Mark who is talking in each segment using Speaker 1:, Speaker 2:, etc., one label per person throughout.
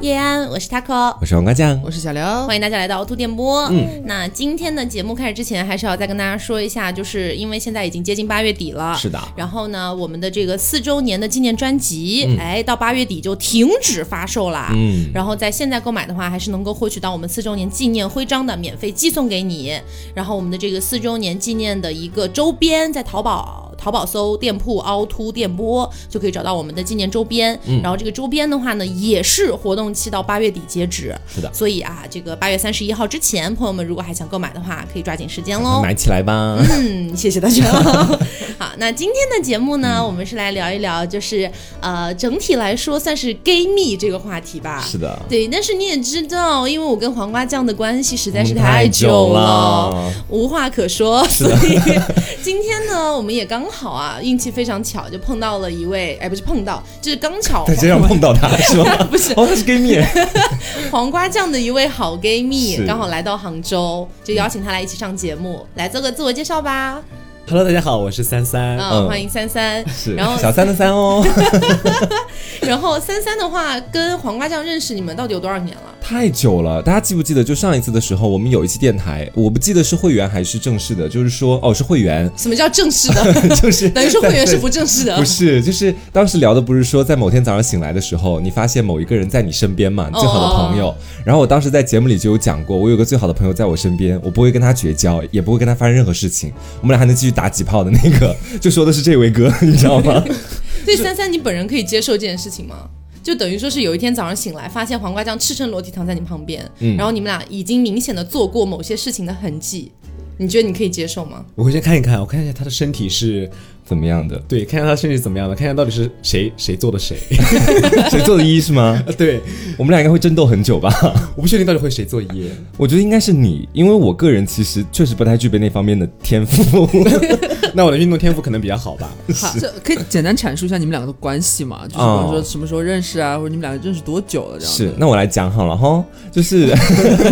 Speaker 1: 叶安，我是 Taco。
Speaker 2: 我是王瓜酱，
Speaker 3: 我是小刘
Speaker 1: 欢。迎大家来到凹凸电波。
Speaker 2: 嗯，
Speaker 1: 那今天的节目开始之前，还是要再跟大家说一下，就是因为现在已经接近八月底了，
Speaker 2: 是的
Speaker 1: 然后呢，我们的这个四周年的纪念专辑，
Speaker 3: 嗯
Speaker 1: 哎，到八月底就停止发售啦。
Speaker 2: 嗯，
Speaker 1: 然后在现在购买的话，还是能够获取到我们四周年纪念徽章的，免费寄送给你。然后我们的这个四周年纪念的一个周边，在淘宝。淘宝搜店铺凹凸电波就可以找到我们的纪念周边，然后这个周边的话呢，也是活动期到八月底截止，
Speaker 2: 是的，
Speaker 1: 所以啊，这个八月三十一号之前，朋友们如果还想购买的话，可以抓紧时间喽。
Speaker 2: 买起来吧。
Speaker 1: 嗯， 谢谢大家。 好，那今天的节目呢，我们是来聊一聊，就是呃，整体来说算是 gay 蜜这个话题吧。
Speaker 2: 是的，
Speaker 1: 对，但是你也知道，因为我跟黄瓜酱的关系实在是
Speaker 2: 嗯太
Speaker 1: 久
Speaker 2: 久
Speaker 1: 了，
Speaker 2: 了
Speaker 1: 无话可说。所以今天呢，我们也刚好啊，运气非常巧，就碰到了一位，哎，不是碰到，就是刚巧
Speaker 2: 在街上碰到他是吗？
Speaker 1: 不是
Speaker 2: 哦，他是 gay 蜜，
Speaker 1: 黄瓜酱的一位好闺蜜
Speaker 2: 是
Speaker 1: 刚好来到杭州，就邀请她来一起上节目，来做个自我介绍吧。
Speaker 4: Hello，大家好，我是三三。
Speaker 1: 嗯，
Speaker 2: 嗯
Speaker 1: 欢迎三三。
Speaker 2: 是
Speaker 1: 然后
Speaker 2: 小三的三 哦，
Speaker 1: 然后三三的话，跟黄瓜酱认识你们到底有多少年了？，
Speaker 2: 太久了。大家记不记得？就上一次的时候，我们有一期电台，我不记得是会员还是正式的，就是说哦是会员
Speaker 1: 什么叫正式 的？
Speaker 2: 就是
Speaker 1: 等于说会员是
Speaker 2: 在
Speaker 1: 不正式的
Speaker 2: 不。是，就是当时聊的不是说在某天早上醒来的时候，你发现某一个人在你身边嘛，你最好的朋友。然后我当时在节目里就有讲过，我有个最好的朋友在我身边，我不会跟他绝交，也不会跟他发生任何事情，我们俩还能继续打几炮的那个， 就说的是这位哥，你知道吗？
Speaker 1: 所以三三，你本人可以接受这件事情吗？就等于说是有一天早上醒来，发现黄瓜酱赤身裸体躺在你旁边，
Speaker 4: 嗯
Speaker 1: 然后你们俩已经明显的做过某些事情的痕迹，你觉得你可以接受吗？
Speaker 4: 我回去看一看，我看一下他的身体是，
Speaker 2: 怎么样的？
Speaker 4: 对，看一下他身体怎么样的，看一下到底是谁谁做的谁。
Speaker 2: 谁做的一是吗？
Speaker 4: 对，
Speaker 2: 我们俩应该会争斗很久吧？
Speaker 4: 我不确定到底会谁做 一。
Speaker 2: 我觉得应该是你，因为我个人其实确实不太具备那方面的天赋。
Speaker 4: 那我的运动天赋可能比较好吧。
Speaker 5: 好，这可以简单阐述一下你们两个的关系嘛？就是比
Speaker 2: 哦
Speaker 5: 如说什么时候认识啊，或者你们两个认识多久了这样子？
Speaker 2: 是，那我来讲好了哈，就是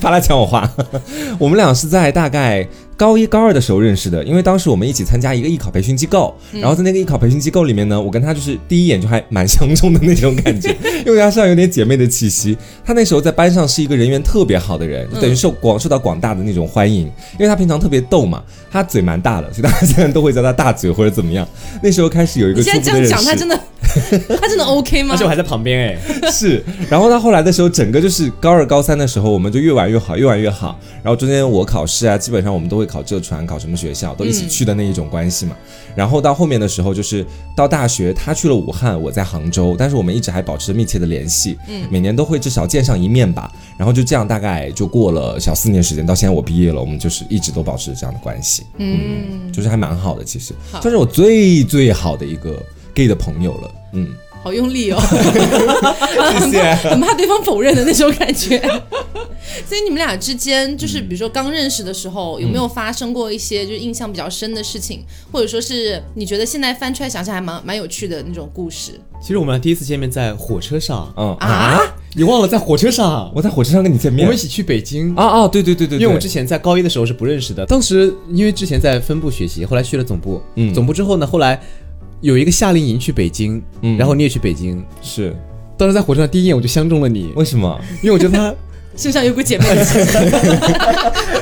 Speaker 2: 怕他抢我话。 我们俩是在大概高一高二的时候认识的，因为当时我们一起参加一个艺考培训机构，
Speaker 1: 嗯
Speaker 2: 然后在那个艺考培训机构里面呢，我跟他就是第一眼就还蛮相中的那种 感觉，又加上有点姐妹的气息。他那时候在班上是一个人缘特别好的人，
Speaker 1: 嗯
Speaker 2: 就等于受广受到广大的那种欢迎，因为他平常特别逗嘛，他嘴蛮大的，所以大家现在都会叫他大嘴或者怎么样。那时候开始有一
Speaker 4: 呃
Speaker 1: 你
Speaker 2: 个
Speaker 1: 现
Speaker 2: 初
Speaker 1: 在
Speaker 2: 步
Speaker 1: 这
Speaker 2: 的
Speaker 1: 样讲，
Speaker 2: 认
Speaker 1: 他
Speaker 2: 识
Speaker 1: 真。的， 他真的 OK 吗
Speaker 4: 而且？我还在旁边哎，
Speaker 2: 是，然后到后来的时候，整个就是高二、高三的时候，我们就越玩越好，越玩越好。然后中间我考试啊，基本上我们都会考浙传，考什么学校，都一起去的那一种关系嘛。然后到后面的时候，就是到大学，他去了武汉，我在杭州，但是我们一直还保持密切的联系，嗯，每年都会至少见上一面吧。然后就这样，大概就过了小四年时间，到现在我毕业了，我们就是一直都保持这样的关系，
Speaker 1: 嗯，
Speaker 2: 就是还蛮好的，其实
Speaker 1: 好
Speaker 2: 算是我最最好的一个 gay 的朋友了，嗯。
Speaker 1: 好用力 哦，很怕 很怕对方否认的那种感觉。 所以你们俩之间，就是比如说刚认识的时候，有没有发生过一些就是印象比较深的事情，或者说是你觉得现在翻出来想想还蛮蛮有趣的那种故事
Speaker 4: 其实我们俩第一次见面在火车上，
Speaker 2: 嗯
Speaker 1: 啊？
Speaker 4: 你忘了在火车上，
Speaker 2: 我在火车上跟你见
Speaker 4: 我
Speaker 2: 面，
Speaker 4: 们一起去北京。
Speaker 2: 啊啊，对对对对，对
Speaker 4: 因为我之前在高一的时候是不认识的，当时因为之前在分部学习，后来去了总部，
Speaker 2: 嗯
Speaker 4: 总部之后呢，后来有一个夏令营去北京，
Speaker 2: 嗯
Speaker 4: 然后你也去北京，
Speaker 2: 是
Speaker 4: 当时在火车上第一眼我就相中了你，
Speaker 2: 为什么？
Speaker 4: 因为我觉得他
Speaker 1: 身上有股姐妹的 气息。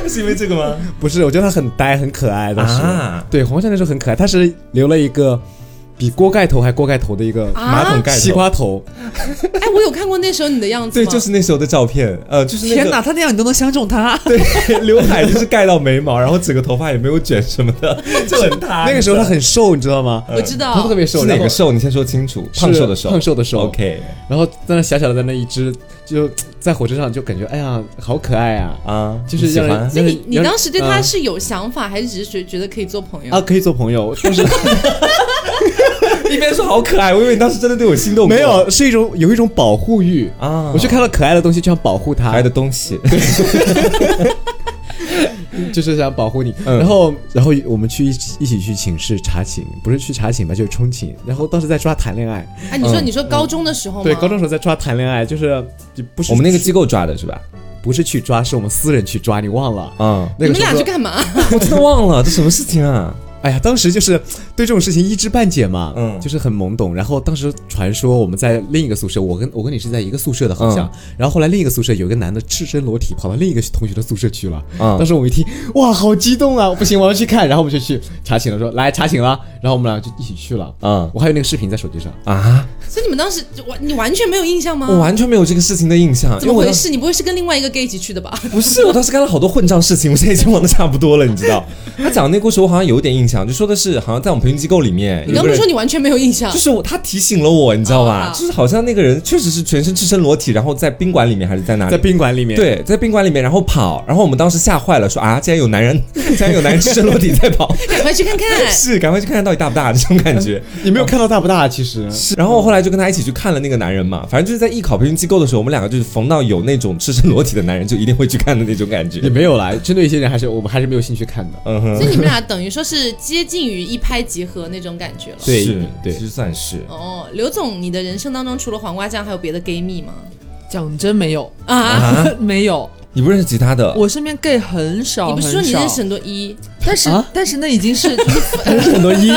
Speaker 2: 是因为这个吗？
Speaker 4: 不是，我觉得他很呆，很可爱。当时、
Speaker 2: 啊
Speaker 4: 对黄山那时候很可爱，他是留了一个比锅盖头还锅盖头的一个
Speaker 1: 啊
Speaker 2: 马桶盖头
Speaker 4: 西瓜头，
Speaker 1: 哎，我有看过那时候你的样子
Speaker 2: 对，
Speaker 1: 吗？
Speaker 2: 就是那时候的照片，呃，就是那
Speaker 5: 天哪，
Speaker 2: 个
Speaker 5: 他那样你都能相中他？
Speaker 2: 对 刘海就是盖到眉 毛，然后整个头发也没有卷什么的，就很塌。
Speaker 4: 那个时候他很瘦，你知道吗？
Speaker 1: 我知
Speaker 4: 呃他
Speaker 1: 道
Speaker 4: 特。别瘦，
Speaker 2: 是哪
Speaker 4: 然后
Speaker 2: 个？瘦？你先说清楚，
Speaker 4: 是
Speaker 2: 胖瘦的瘦，
Speaker 4: 胖瘦的瘦
Speaker 2: OK
Speaker 4: 然后在那小小的在那一只，就在火车上就感觉哎呀，好可爱啊！
Speaker 2: 啊，
Speaker 4: 就是
Speaker 2: 喜
Speaker 4: 让人
Speaker 2: 欢
Speaker 1: 所以你你
Speaker 4: 让人
Speaker 1: 当时对他
Speaker 4: 嗯
Speaker 1: 是有想法，还是只是觉觉得可以做朋友
Speaker 4: 啊，？可以做朋 友，但是
Speaker 2: 一边说好可爱，我以为你当时真的对我心动过，
Speaker 4: 没有是一种有一种保护欲
Speaker 2: 啊
Speaker 4: 我去看到可爱的东西就想保护它，
Speaker 2: 可爱的东西，
Speaker 4: 就是想保护你。
Speaker 2: 嗯
Speaker 4: 然后，然后我们去一起一起去寝室查寝，不是去查寝吧，就是冲寝。然后当时在抓谈恋爱，
Speaker 1: 哎，你说你说高中的时候吗？
Speaker 4: 嗯对，高中时候在抓谈恋爱，就是就不是
Speaker 2: 我们那个机构抓的是吧？
Speaker 4: 不是去抓，是我们私人去抓，你忘了？
Speaker 2: 嗯，
Speaker 4: 那
Speaker 1: 你
Speaker 4: 个
Speaker 1: 们
Speaker 4: 时
Speaker 1: 俩
Speaker 4: 候
Speaker 1: 去干嘛？
Speaker 2: 我真的忘了这什么事情啊？
Speaker 4: 哎呀，当时就是对这种事情一知半解嘛，
Speaker 2: 嗯
Speaker 4: 就是很懵懂。然后当时传说我们在另一个宿舍，我跟我跟你是在一个宿舍的，好像。然后后来另一个宿舍有一个男的赤身裸体跑到另一个同学的宿舍去了。
Speaker 2: 嗯
Speaker 4: 当时我们一听，哇，好激动啊！不行，我要去看。然后我们就去查寝了，说来查寝了。然后我们俩就一起去了。
Speaker 2: 嗯
Speaker 4: 我还有那个视频在手机上。
Speaker 2: 啊，
Speaker 1: 所以你们当时就完你完全没有印象吗？
Speaker 2: 我完全没有这个事情的印象，
Speaker 1: 怎
Speaker 2: 因
Speaker 1: 么
Speaker 2: 为我
Speaker 1: 回
Speaker 2: 当
Speaker 1: 事？你不会是跟另外一个 gay 一起去的吧？
Speaker 2: 不是，我当时干了好多混账事情，我现在已经忘得差不多了，你知道？他讲的那个故事，我好像有点印象，就说的是好像在我们培训机构里面，
Speaker 1: 你
Speaker 2: 有
Speaker 1: 刚不
Speaker 2: 个
Speaker 1: 是
Speaker 2: 人
Speaker 1: 说你完全没有印象
Speaker 2: 就？是我，他提醒了我，你知道吧？
Speaker 1: 啊
Speaker 2: 就是好像那个人确实是全身赤身裸体，然后在宾馆里面还是在哪里
Speaker 4: 在？宾馆里面，，
Speaker 2: 对，在宾馆里面，然后跑，然后我们当时吓坏了，说啊，竟然有男人，竟然有男人赤身裸体在跑，
Speaker 1: 赶快去看看。
Speaker 2: 是，赶快去看看到底大不大这种感觉。
Speaker 4: 你没有看到大不大？其 实
Speaker 2: 是，然后后来就跟他一起去看了那个男人嘛，反正就是在艺考培训机构的时候，我们两个就是逢到有那种赤身裸体的男人，就一定会去看的那种感觉
Speaker 4: 也。没有啦。针对一些人，还是我们还是没有兴趣看的。
Speaker 2: 嗯哼，
Speaker 1: 所以你们俩等于说是接近于一拍即合那种感觉了。
Speaker 4: 对
Speaker 2: 是
Speaker 4: 对
Speaker 2: 其实算是。
Speaker 1: 哦，刘总，你的人生当中除了黄瓜酱，还有别的 gay 蜜吗？
Speaker 5: 讲真没有，
Speaker 1: 啊，
Speaker 5: 没有，
Speaker 2: 你不认识其他 的？
Speaker 5: 我身边 gay 很
Speaker 1: 啊
Speaker 5: 少，
Speaker 1: 你不是说
Speaker 5: 很
Speaker 1: 你
Speaker 5: 少
Speaker 1: 认识很多一？
Speaker 5: 但是、
Speaker 4: 啊
Speaker 5: 但是那已经是 就是
Speaker 4: 很多一，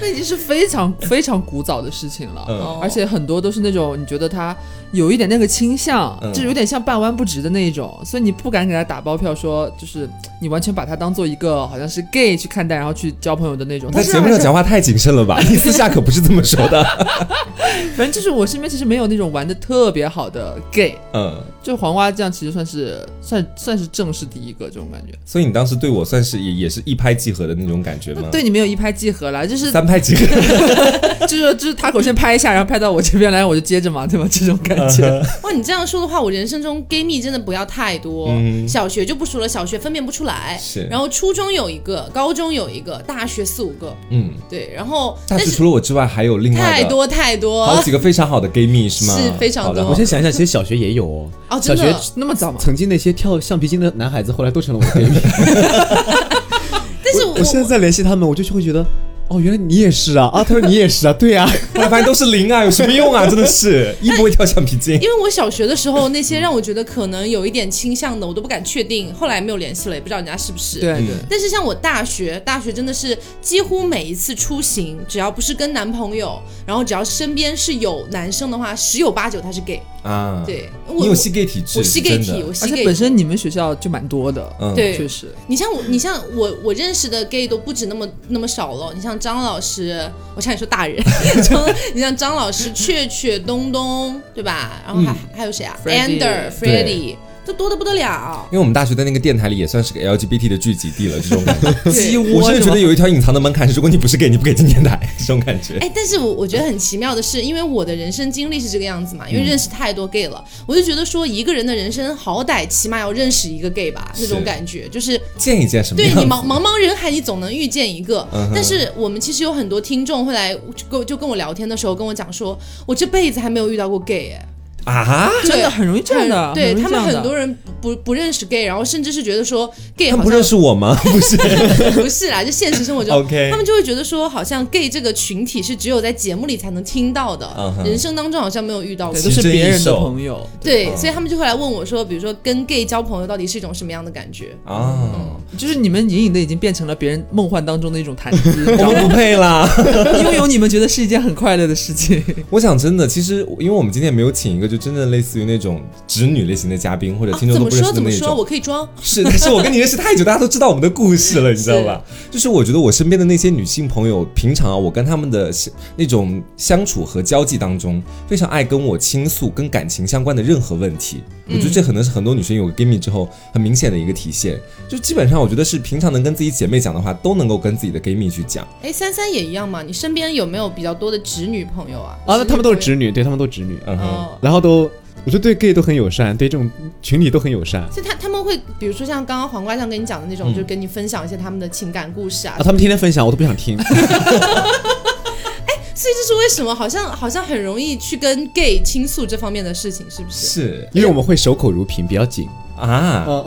Speaker 5: 那已经是非常非常古早的事情了。
Speaker 2: 嗯
Speaker 1: 哦
Speaker 5: 而且很多都是那种你觉得他有一点那个倾向，
Speaker 2: 嗯
Speaker 5: 就有点像半弯不直的那一种，所以你不敢给他打包票说，就是你完全把他当做一个好像是 gay 去看待，然后去交朋友的那种。
Speaker 2: 在
Speaker 5: 但是
Speaker 2: 节目上
Speaker 5: 还是
Speaker 2: 讲话太谨慎了吧？你私下可不是这么说的。
Speaker 5: 反正就是我身边其实没有那种玩的特别好的 gay，
Speaker 2: 嗯，
Speaker 5: 就黄瓜酱其实算是算算是正式第一个这种感觉。
Speaker 2: 所以你当时对我算是也也是一拍即合的那种感觉
Speaker 1: 呃
Speaker 2: 吗？
Speaker 5: 对，你没有一拍即合啦，就是
Speaker 2: 三拍即合。
Speaker 5: 就是就是他口先拍一下，然后拍到我这边来，我就接着嘛，对吧？这种感觉。
Speaker 1: 哇，你这样说的话，我人生中 gay 蜜真的不要太多。
Speaker 2: 嗯
Speaker 1: 小学就不说了，小学分辨不出来。
Speaker 2: 是
Speaker 1: 然后初中有一个，高中有一个，大学四五个。
Speaker 2: 嗯，
Speaker 1: 对，然后
Speaker 2: 但
Speaker 1: 但
Speaker 2: 是
Speaker 1: 是
Speaker 2: 除了我之外，还有另外
Speaker 1: 太
Speaker 2: 的
Speaker 1: 多太多，
Speaker 2: 好几个非常好的 gay 蜜是吗？
Speaker 1: 是非常
Speaker 2: 好的
Speaker 1: 多
Speaker 4: 我现在想一想，其实小学也有哦。
Speaker 1: 哦
Speaker 4: 小
Speaker 1: 真的
Speaker 4: 学
Speaker 5: 那么早吗？
Speaker 4: 曾经那些跳橡皮筋的男孩子，后来都成了我的闺蜜。
Speaker 1: 但是我
Speaker 4: 我现在再联系他们，我就会觉得，哦，原来你也是啊！啊，他说你也是啊，对啊，
Speaker 2: 后来发现都是零啊，有什么 用啊？真的是，一不会跳橡皮筋
Speaker 1: 因。为我小学的时候，那些让我觉得可能有一点倾向的，我都不敢确定，后来没有联系了，也不知道人家是不是。
Speaker 5: 对。对。
Speaker 2: 嗯
Speaker 1: 但是像我大学，大学真的是几乎每一次出行，只要不是跟男朋友，然后只要身边是有男生的话，十有八九他是 gay。
Speaker 2: 啊，，
Speaker 1: 对，我
Speaker 2: 你有
Speaker 1: 我
Speaker 2: 吸 gay 体质，
Speaker 1: 我吸 gay
Speaker 2: 是真
Speaker 1: 体，
Speaker 2: 的
Speaker 1: 我
Speaker 5: 而
Speaker 1: 吸 gay
Speaker 5: 且
Speaker 1: 体
Speaker 5: 本身你们学校就蛮多的，
Speaker 2: 嗯
Speaker 1: 对
Speaker 5: 确实，
Speaker 1: 你像我，你像我，我认识的 gay 都不止那么那么少了。你像张老师，我差点说大人， 张，你像张老师、雀雀、东东，对吧？然后还、还有谁啊
Speaker 5: Freddy
Speaker 1: ？Ander、Freddy，都多的不得了
Speaker 2: 因。为我们大学的那个电台里也算是个 LGBT 的聚集 地了，这种感觉。
Speaker 1: 对
Speaker 2: 我甚至觉得有一条隐藏的门槛是，如果你不是 gay，你不可以进电台，这种感觉。
Speaker 1: 哎，但是我我觉得很奇妙的是，因为我的人生经历是这个样子嘛，因为认识太多 gay 了，我就觉得说一个人的人生好歹起码要认识一个 gay 吧，那种
Speaker 2: 是
Speaker 1: 感觉就是
Speaker 2: 见一见什么
Speaker 1: 对
Speaker 2: 样
Speaker 1: 你
Speaker 2: 子？
Speaker 1: 茫茫茫人海，你总能遇见一个。
Speaker 2: 嗯哼
Speaker 1: 但是我们其实有很多听众会来就跟我就跟我聊天的时候跟我讲说，我这辈子还没有遇到过 gay 哎，
Speaker 2: 啊，
Speaker 5: 真的很容易这样的，
Speaker 1: 很对他们很多
Speaker 5: 人
Speaker 1: 人不不不认识 gay，然后甚至是觉得说 gay
Speaker 2: 他
Speaker 1: 好像
Speaker 2: 们不认识我 吗？不是
Speaker 1: 不是啦，就现实生活中。
Speaker 2: ，OK
Speaker 1: 他。们就会觉得说，好像 gay 这个群体是只有在节目里才能听到的
Speaker 2: 嗯哼
Speaker 1: 人生当中好像没有遇到过
Speaker 5: 对。
Speaker 2: 其
Speaker 5: 都
Speaker 2: 实
Speaker 5: 是
Speaker 2: 这
Speaker 5: 别
Speaker 2: 一
Speaker 5: 人的
Speaker 2: 手
Speaker 5: 朋友，
Speaker 1: 对，
Speaker 2: 嗯
Speaker 1: 所以他们就会来问我说，比如说跟 gay 交朋友到底是一种什么样的感觉？
Speaker 2: 啊，
Speaker 5: 就是你们隐隐的已经变成了别人梦幻当中的一种谈资，
Speaker 2: 我
Speaker 5: 然后
Speaker 2: 们不配啦！
Speaker 5: 拥有你们觉得是一件很快乐的事情。
Speaker 2: 我想真的，其实因为我们今天没有请一个就真正类似于那种直女类型的嘉宾，或者
Speaker 1: 啊，
Speaker 2: 听众
Speaker 1: 怎
Speaker 2: 都
Speaker 1: 么
Speaker 2: 不认
Speaker 1: 说
Speaker 2: 识的
Speaker 1: 怎么
Speaker 2: 那
Speaker 1: 说？
Speaker 2: 种。
Speaker 1: 我可以装，
Speaker 2: 是，但是我跟你认识太久，大家都知道我们的故事了，你知道吧？ 就是我觉得我身边的那些女性朋友，平常啊，我跟她们的相那种相处和交际当中，非常爱跟我倾诉跟感情相关的任何问题。我觉得这可能是很多女生有 gay 蜜之后很明显的一个体现。就基本上，我觉得是平常能跟自己姐妹讲的话，都能够跟自己的 gay 蜜去讲。
Speaker 1: 哎，三三也一样嘛。你身边有没有比较多的直女朋友啊？
Speaker 4: 啊，那他们都是
Speaker 1: 直
Speaker 4: 直女，对他们都是直女，
Speaker 2: 嗯
Speaker 1: 女朋友。
Speaker 2: 哼，
Speaker 1: 哦，
Speaker 4: 然后都，我觉得对 gay 都很友善，对这种群体都很友善啊，
Speaker 1: 所以他他们会，比如说像刚刚黄瓜酱跟你讲的那种，
Speaker 2: 嗯
Speaker 1: 就跟你分享一些他们的情感故事啊。
Speaker 4: 他们天天分享，我都不想听。
Speaker 1: 所以这是为什么？好像好像很容易去跟 gay 倾诉这方面的事情，是不是？
Speaker 2: 是
Speaker 4: 因为我们会守口如瓶，比较紧。
Speaker 2: 啊，
Speaker 4: 啊，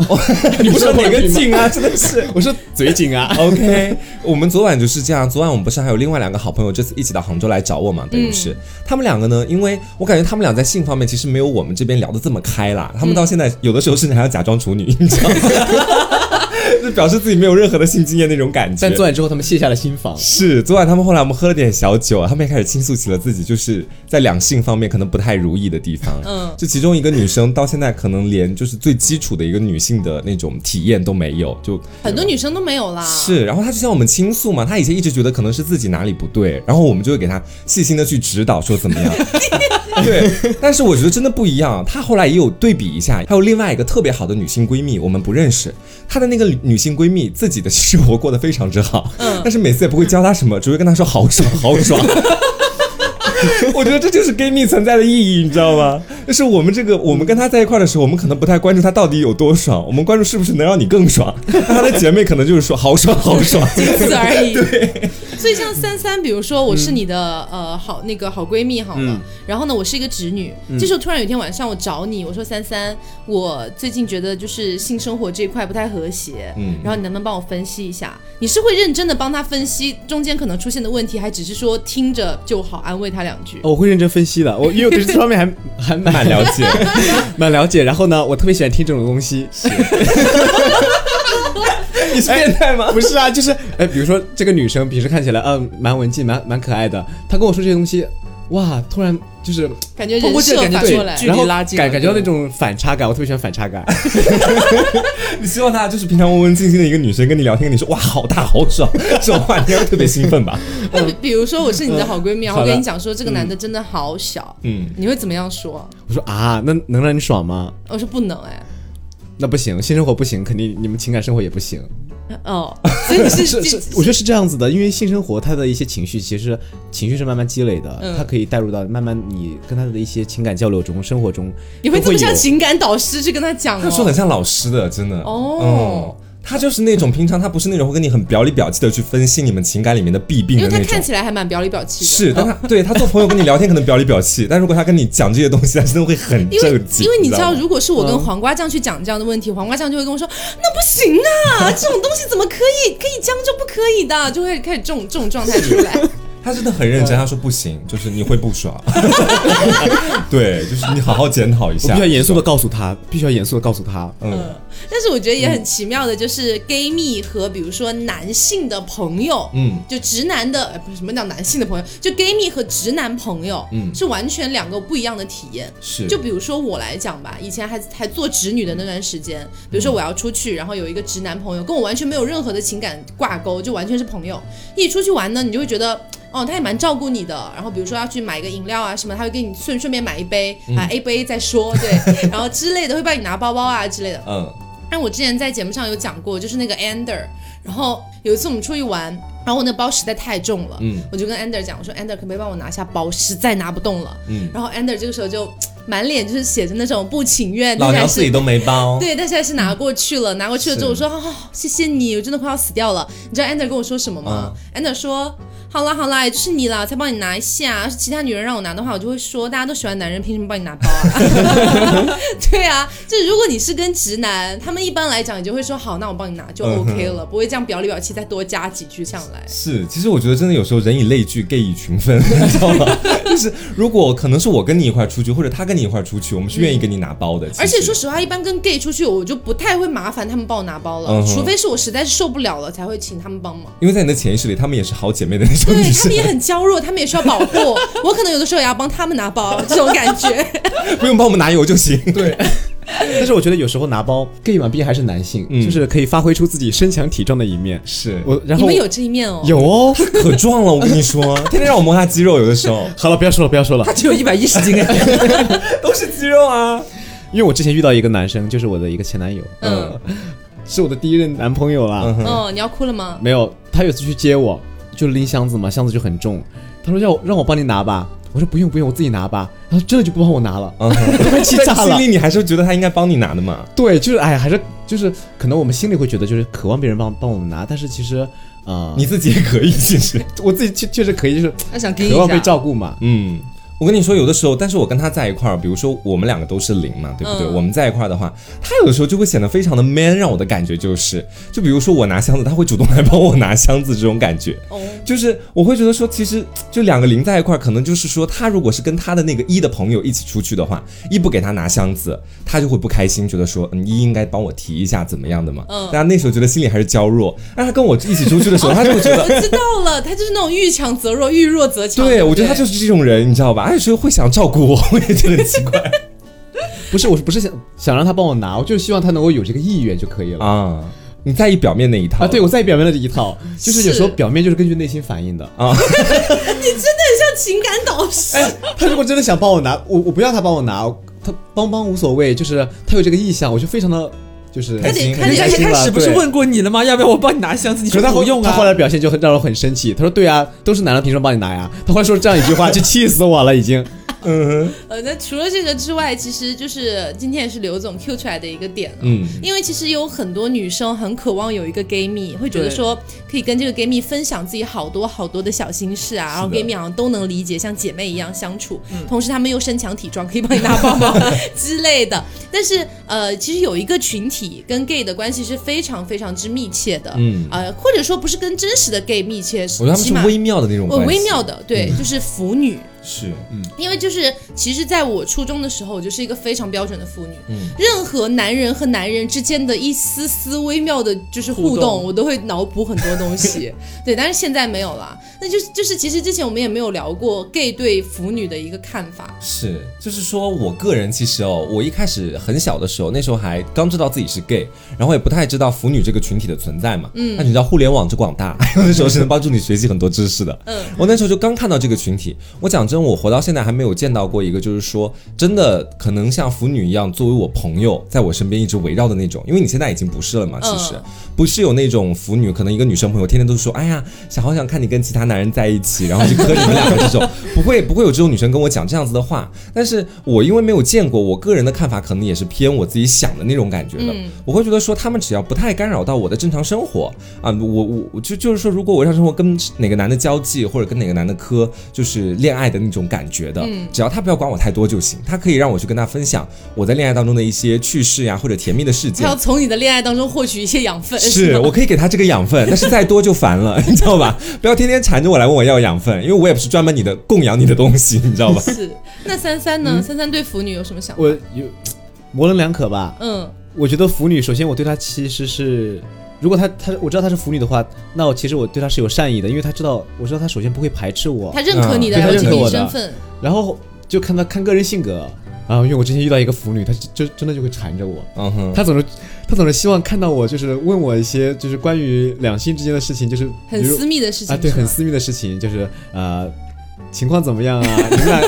Speaker 4: 你不是
Speaker 2: 说哪个
Speaker 4: 紧？
Speaker 2: 劲啊？真的是。
Speaker 4: 我说嘴紧啊。
Speaker 2: OK，我们昨晚就是这样。昨晚我们不是还有另外两个好朋友，这次一起到杭州来找我嘛？等于是、他们两个呢，因为我感觉他们俩在性方面其实没有我们这边聊得这么开啦。他们到现在有的时候甚至还要假装处女，你知道吗？ 就表示自己没有任何的性经验那种感觉。
Speaker 4: 但做完之后，他们卸下了心防。
Speaker 2: 是，昨晚他们后来我们喝了点小酒，啊他们也开始倾诉起了自己就是在两性方面可能不太如意的地方。
Speaker 1: 嗯
Speaker 2: 就其中一个女生到现在可能连就是最基础的一个女性的那种体验都没有，就
Speaker 1: 很多女生都没有啦。
Speaker 2: 是，然后她就向我们倾诉嘛，她以前一直觉得可能是自己哪里不对， 然后我们就会给她细心的去指导说怎么样。对，但是我觉得真的不一样。她后来也有对比一下，还有另外一个特别好的女性闺蜜，我们不认识。她的那个女性闺蜜自己的生活过得非常之好，
Speaker 1: 嗯
Speaker 2: 但是每次也不会教她什么，只会跟她说好爽好爽。我觉得这就是 gay 蜜存在的意义，你知道吗？就是我们这个，我们跟她在一块儿的时候，我们可能不太关注她到底有多爽，我们关注是不是能让你更爽。那她的姐妹可能就是说好爽好爽，
Speaker 1: 仅此 而已。所以像三三，比如说我是你的、呃好那个好闺蜜好了，然后呢我是一个直女，这时候突然有一天晚上我找你，我说三三，我最近觉得就是性生活这一块不太和谐，
Speaker 2: 嗯
Speaker 1: 然后你能不能帮我分析一下？你是会认真的帮她分析中间可能出现的问题，还只是说听着就好安慰她两句？
Speaker 4: 哦我会认真分析的，我因为我对这方面 还还蛮
Speaker 2: 蛮了解。
Speaker 4: 蛮了解。然后呢，我特别喜欢听这种东西。
Speaker 2: 你是变态吗？
Speaker 4: 不是啊，就是哎，比如说这个女生平时看起来嗯蛮文静、蛮蛮可爱的，她跟我说这些东西，哇，突然就是
Speaker 1: 感觉
Speaker 5: 通
Speaker 1: 人
Speaker 5: 过
Speaker 1: 设
Speaker 5: 这个感觉
Speaker 1: 反
Speaker 5: 对
Speaker 1: 出来
Speaker 5: 距，
Speaker 4: 然后
Speaker 5: 离拉近了
Speaker 4: 感感觉到
Speaker 5: 对
Speaker 4: 那种反差感，我特别喜欢反差感。
Speaker 2: 你希望她就是平常文文静静的一个女生跟你聊天，跟你说哇好大好爽， 这种话你会特别兴奋吧？
Speaker 1: 那比比如说我是你的好闺蜜，然后
Speaker 4: 好的
Speaker 1: 跟你讲说这个男的真的好小，
Speaker 2: 嗯，
Speaker 1: 你会怎么样说？
Speaker 4: 我说啊，那能让你爽吗？
Speaker 1: 我说不能哎，
Speaker 4: 那不行，性生活不行，肯定你们情感生活也不行。
Speaker 1: 哦，所以你是
Speaker 4: 是是，我觉得是这样子的，因为性生活它的一些情绪，其实情绪是慢慢积累的，
Speaker 1: 嗯
Speaker 4: 它可以带入到慢慢你跟他的一些情感交流中、生活中，
Speaker 1: 你会这么
Speaker 4: 都
Speaker 1: 像
Speaker 4: 有
Speaker 1: 情感导师去跟他讲、哦？
Speaker 2: 她说很像老师的，真的
Speaker 1: 哦
Speaker 2: 嗯她就是那种平常她不是那种会跟你很表里表气的去分析你们情感里面的弊病
Speaker 1: 因
Speaker 2: 的
Speaker 1: 为
Speaker 2: 那
Speaker 1: 他
Speaker 2: 种，
Speaker 1: 看起来哦还蛮表里表气的。
Speaker 2: 是，但他对他做朋友跟你聊天可能表里表气，但如果他跟你讲这些东西，他真的会很
Speaker 1: 因为
Speaker 2: 正 经。
Speaker 1: 因为你知道，
Speaker 2: 吗
Speaker 1: 如果是我
Speaker 2: 嗯
Speaker 1: 跟黄瓜酱去讲这样的问题，黄瓜酱就会跟我说：“那不行啊，这种东西怎么可以可以将就不可以的？”就会开始这种这种状态出 来。
Speaker 2: 他真的很认真，他说不行，就是你会不 爽。对，就是你好好检讨一
Speaker 4: 我必
Speaker 2: 下
Speaker 4: 须要。严肃的告诉他，必须要严肃的告诉他，
Speaker 2: 嗯，
Speaker 1: 但是我觉得也很奇妙的，就是 gay 蜜和比如说男性的朋友，
Speaker 2: 嗯，
Speaker 1: 就直男的，呃不是什么叫男性的朋友，就 gay 蜜和直男朋友，
Speaker 2: 嗯
Speaker 1: 是完全两个不一样的体验。
Speaker 2: 是，
Speaker 1: 就比如说我来讲吧，以前还还做直女的那段时间，比如说我要出去，然后有一个直男朋友跟我完全没有任何的情感挂钩，就完全是朋友。一起出去玩呢，你就会觉得。哦，他也蛮照顾你的。然后比如说要去买个饮料啊什么，他会给你顺顺便买一杯，啊 A 杯再说，对， 然后之类的会帮你拿包包啊之类的。
Speaker 2: 嗯，
Speaker 1: 但我之前在节目上有讲过，就是那个 Ender，然后有一次我们出去玩，然后我那包实在太重了，
Speaker 2: 嗯
Speaker 1: 我就跟 Ender 讲，我说 Ender 可不可以帮我拿下包，实在拿不动了，
Speaker 2: 嗯
Speaker 1: 然后 Ender 这个时候就满脸就是写着那种不情愿，但
Speaker 2: 老
Speaker 1: 是
Speaker 2: 娘
Speaker 1: 还
Speaker 2: 自己
Speaker 1: 是。
Speaker 2: 都没包。
Speaker 1: 对，但是还是拿过去
Speaker 2: 嗯
Speaker 1: 了，拿过去了之后，我说好好、谢谢你，我真的快要死掉了。你知道 Ender 跟我说什么吗、a
Speaker 2: 嗯
Speaker 1: n d e r 说，好啦好啦，也就是你啦，才帮你拿一下。要是其他女人让我拿的话，我就会说，大家都喜欢男人，凭什么帮你拿包 啊？ 对啊，就是如果你是跟直男，他们一般来讲也就会说，好，那我帮你拿就
Speaker 2: 嗯哼
Speaker 1: OK 了，不会这样表里表气再多加几句上来。
Speaker 2: 是，其实我觉得真的有时候人以类聚，gay 以群分， 你知道吗？就是如果可能是我跟你一块儿出去，或者他跟你一块儿出去，我们是愿意跟你拿包的。
Speaker 1: 而且说
Speaker 2: 实
Speaker 1: 实话，一般跟 gay 出去，我就不太会麻烦他们帮我拿包了，
Speaker 2: 嗯哼
Speaker 1: 除非是我实在是受不了了，才会请他们帮忙。
Speaker 2: 因为在你的潜意识里，他们也是好姐妹的那种
Speaker 1: 对
Speaker 2: 女
Speaker 1: 他
Speaker 2: 生
Speaker 1: 们，也很娇弱，他们也需要保护。 我可能有的时候也要帮他们拿包，这种感觉。
Speaker 2: 不用帮我们拿油就行。
Speaker 4: 对。但是我觉得有时候拿包 gay 嘛，毕竟还是男性，
Speaker 2: 嗯
Speaker 4: 就是可以发挥出自己身强体壮的一面。
Speaker 2: 是
Speaker 4: 我然
Speaker 1: 你
Speaker 4: 后
Speaker 1: 们有这一面哦，
Speaker 4: 有哦，
Speaker 2: 可壮了，我跟你 说，天天让我摸他肌肉，有的时候
Speaker 4: 好了，不要说了，不要说了
Speaker 5: 他。只有一百一十斤哎，
Speaker 2: 都是肌肉啊。
Speaker 4: 因为我之前遇到一个男生，就是我的一个前男友，
Speaker 1: 嗯
Speaker 4: 嗯，是我的第一任男朋友啦。
Speaker 2: 嗯哼，
Speaker 1: 哦，你要哭了吗？
Speaker 4: 没有，他有一次去接我，就拎箱子嘛，箱子就很重，他说要我让我帮你拿吧，我说不用不用，我自己拿吧。他说真的就不帮我 拿了，
Speaker 2: 嗯哼，
Speaker 4: 我被气炸
Speaker 2: 但心
Speaker 4: 了。
Speaker 2: 里你还是觉得他应该帮你拿的嘛。
Speaker 4: 对，就是哎，还是就是可能我们心里会觉得就是渴望别人帮帮我们拿，但是其实呃，
Speaker 2: 你自己也可以，其实，
Speaker 4: 我自己确确实可以，就是
Speaker 5: 他想盯一
Speaker 4: 渴望被
Speaker 5: 下。
Speaker 4: 照顾嘛。
Speaker 2: 嗯，我跟你说，有的时候，但是我跟他在一块儿，比如说我们两个都是零嘛，对不对？
Speaker 1: 嗯
Speaker 2: 我们在一块儿的话，他有的时候就会显得非常的 man，让我的感觉就是，就比如说我拿箱子，他会主动来帮我拿箱子这种感觉。
Speaker 1: 哦，
Speaker 2: 就是我会觉得说，其实就两个零在一块儿，可能就是说，他如果是跟他的那个一的朋友一起出去的话，一不给他拿箱子，他就会不开心，觉得说，嗯，一应该帮我提一下怎么样的嘛。
Speaker 1: 嗯
Speaker 2: 但他那时候觉得心里还是娇弱， 但他跟我一起出去的时候，他就会觉得
Speaker 1: 我。知道了，他就是那种遇强则弱，遇弱则强。
Speaker 2: 对，
Speaker 1: 不
Speaker 2: 我觉得他就是这种人，你知道吧？他有时候会想照顾我，我 也觉得很 奇怪
Speaker 4: 不是，我是不是想想让他帮我拿，我就是希望他能够有这个意愿就可以了。
Speaker 2: 啊。你在意表面那一套
Speaker 4: 啊，对，我在意表面的这一套，就是有时候
Speaker 1: 是
Speaker 4: 表面就是根据内心反应的。
Speaker 1: 像情感导师。
Speaker 4: 哎，他如果真的想帮我拿，我我不要他帮我拿，他帮帮无所谓，就是他有这个意向，我就非常的就是
Speaker 1: 他得
Speaker 2: 心
Speaker 1: 他
Speaker 5: 人
Speaker 1: 得
Speaker 5: 家
Speaker 4: 开
Speaker 5: 一
Speaker 4: 心
Speaker 5: 开
Speaker 4: 了
Speaker 5: 始不是
Speaker 4: 对
Speaker 5: 问过你了吗？要不要我帮你拿箱子？你
Speaker 4: 可
Speaker 5: 说
Speaker 4: 是他后
Speaker 5: 不用啊。
Speaker 4: 他后来表现就很让人很生气。他说：“对啊，都是男的，凭什么帮你拿呀？”他后来说这样一句话，就气死我了，已经。
Speaker 2: 嗯
Speaker 1: 呃，那除了这个之外，其实就是今天也是刘总 Q 出来的一个点了。
Speaker 2: 嗯，
Speaker 1: 因为其实有很多女生很渴望有一个 gay 蜜，会觉得
Speaker 5: 对
Speaker 1: 说可以跟这个 gay 蜜分享自己好多好多的小心事啊，然后 gay 蜜好像都能理解，像姐妹一样相处。
Speaker 2: 嗯
Speaker 1: 同时她们又身强体壮，可以帮你拿包 包之类的。但是呃，其实有一个群体跟 gay 的关系是非常非常之密切的，
Speaker 2: 嗯
Speaker 1: 呃，或者说不是跟真实的 gay 密切，
Speaker 2: 我觉得他
Speaker 1: 起
Speaker 2: 们
Speaker 1: 码
Speaker 2: 是微妙的那种
Speaker 1: 呃
Speaker 2: 关系，嗯
Speaker 1: 微妙的，对，就是腐女。
Speaker 2: 是，
Speaker 1: 因为就是，其实在我初中的时候，我就是一个非常标准的妇女。
Speaker 2: 嗯
Speaker 1: 任何男人和男人之间的一丝丝微妙的，就是互动，
Speaker 5: 互动
Speaker 1: 我都会脑补很多东西。对，但是现在没有了。那就是就是，其实之前我们也没有聊过 gay 对腐女的一个看法。
Speaker 2: 是，就是说我个人其实哦，我一开始很小的时候，那时候还刚知道自己是 gay，然后也不太知道腐女这个群体的存在嘛。嗯，那你知道互联网之广大， 有的时候是能帮助你学习很多知识的。
Speaker 1: 嗯，
Speaker 2: 我那时候就刚看到这个群体，我讲真，我活到现在还没有见到过一个就是说真的可能像腐女一样作为我朋友，在我身边一直围绕的那种。因为你现在已经不是了嘛，其实、
Speaker 1: 嗯
Speaker 2: 不是有那种腐女，可能一个女生朋友天天都说，哎呀，想好想看你跟其他男人在一起，然后就磕你们两个这种，不会不会有这种女生跟我讲这样子的话。但是我因为没有见过，我个人的看法可能也是偏我自己想的那种感觉的。
Speaker 1: 嗯
Speaker 2: 我会觉得说，他们只要不太干扰到我的正常生活啊，我我我就就是说，如果我日常生活跟哪个男的交际或者跟哪个男的磕，就是恋爱的那种感觉的，只要他不要管我太多就行，他可以让我去跟他分享我在恋爱当中的一些趣事呀，或者甜蜜的事
Speaker 1: 他
Speaker 2: 件
Speaker 1: 要。从你的恋爱当中获取一些养 分。
Speaker 2: 是
Speaker 1: 吗
Speaker 2: 我可以给他这个养分，但是再多就烦了， 你知道吧？不要天天缠着我来问我要养分，因为我也不是专门你的供养你的东西，你知 道吧？
Speaker 1: 是。那三三呢？三三对腐女有什么想法？
Speaker 4: 我有模棱两可吧。
Speaker 1: 嗯
Speaker 4: 我觉得腐女，首先我对她其实是，如果她她我知道她是腐女的话，那我其实我对她是有善意的，因为她知道我知道她首先不会排斥我
Speaker 1: 他，认可你的
Speaker 4: 嗯对他认可
Speaker 1: LGBT
Speaker 4: 我的
Speaker 1: 身份，
Speaker 4: 然后就看她看个人性格。然后因为我之前遇到一个腐女，她就就真的就会缠着我，
Speaker 2: 嗯哼，
Speaker 4: 她总是她总是希望看到我就是问我一些就是关于两性之间的事情，就是
Speaker 1: 很
Speaker 4: 比如
Speaker 1: 私密的事情
Speaker 4: 啊，对，
Speaker 1: 是吗
Speaker 4: 很私密的事情，就是呃，情况怎么样啊？你 们俩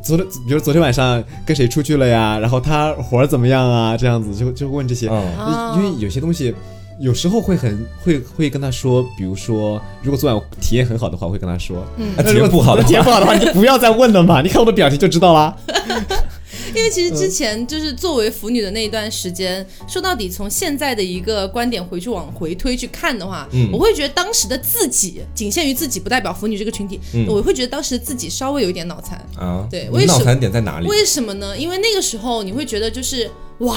Speaker 4: 昨天，比如昨天晚上跟谁出去了呀？然后他活儿怎么样啊？这样子就就问这些，
Speaker 2: 嗯
Speaker 1: 啊
Speaker 4: 因为有些东西。有时候会很会会跟他说，比如说，如果昨晚我体验很好的话，我会跟他说。
Speaker 1: 嗯
Speaker 2: 那啊
Speaker 4: 那
Speaker 2: 体验
Speaker 4: 如果
Speaker 2: 不好的
Speaker 4: 那体验不好的话，你就不要再问了嘛。你看我的表情就知道啦。
Speaker 1: 因为其
Speaker 2: 嗯
Speaker 1: 实之前就是作为腐女的那一段时间，说到底，从现在的一个观点回去往回推去看的话，
Speaker 2: 嗯
Speaker 1: 我会觉得当时的自己仅限于自己，不代表腐女这个群体，
Speaker 2: 嗯
Speaker 1: 我会觉得当时的自己稍微有一点脑残。
Speaker 2: 啊，
Speaker 1: 对
Speaker 2: 你
Speaker 1: 为
Speaker 2: 脑
Speaker 1: 什
Speaker 2: 残点在哪里？
Speaker 1: 为什么呢？因为那个时候你会觉得就是哇。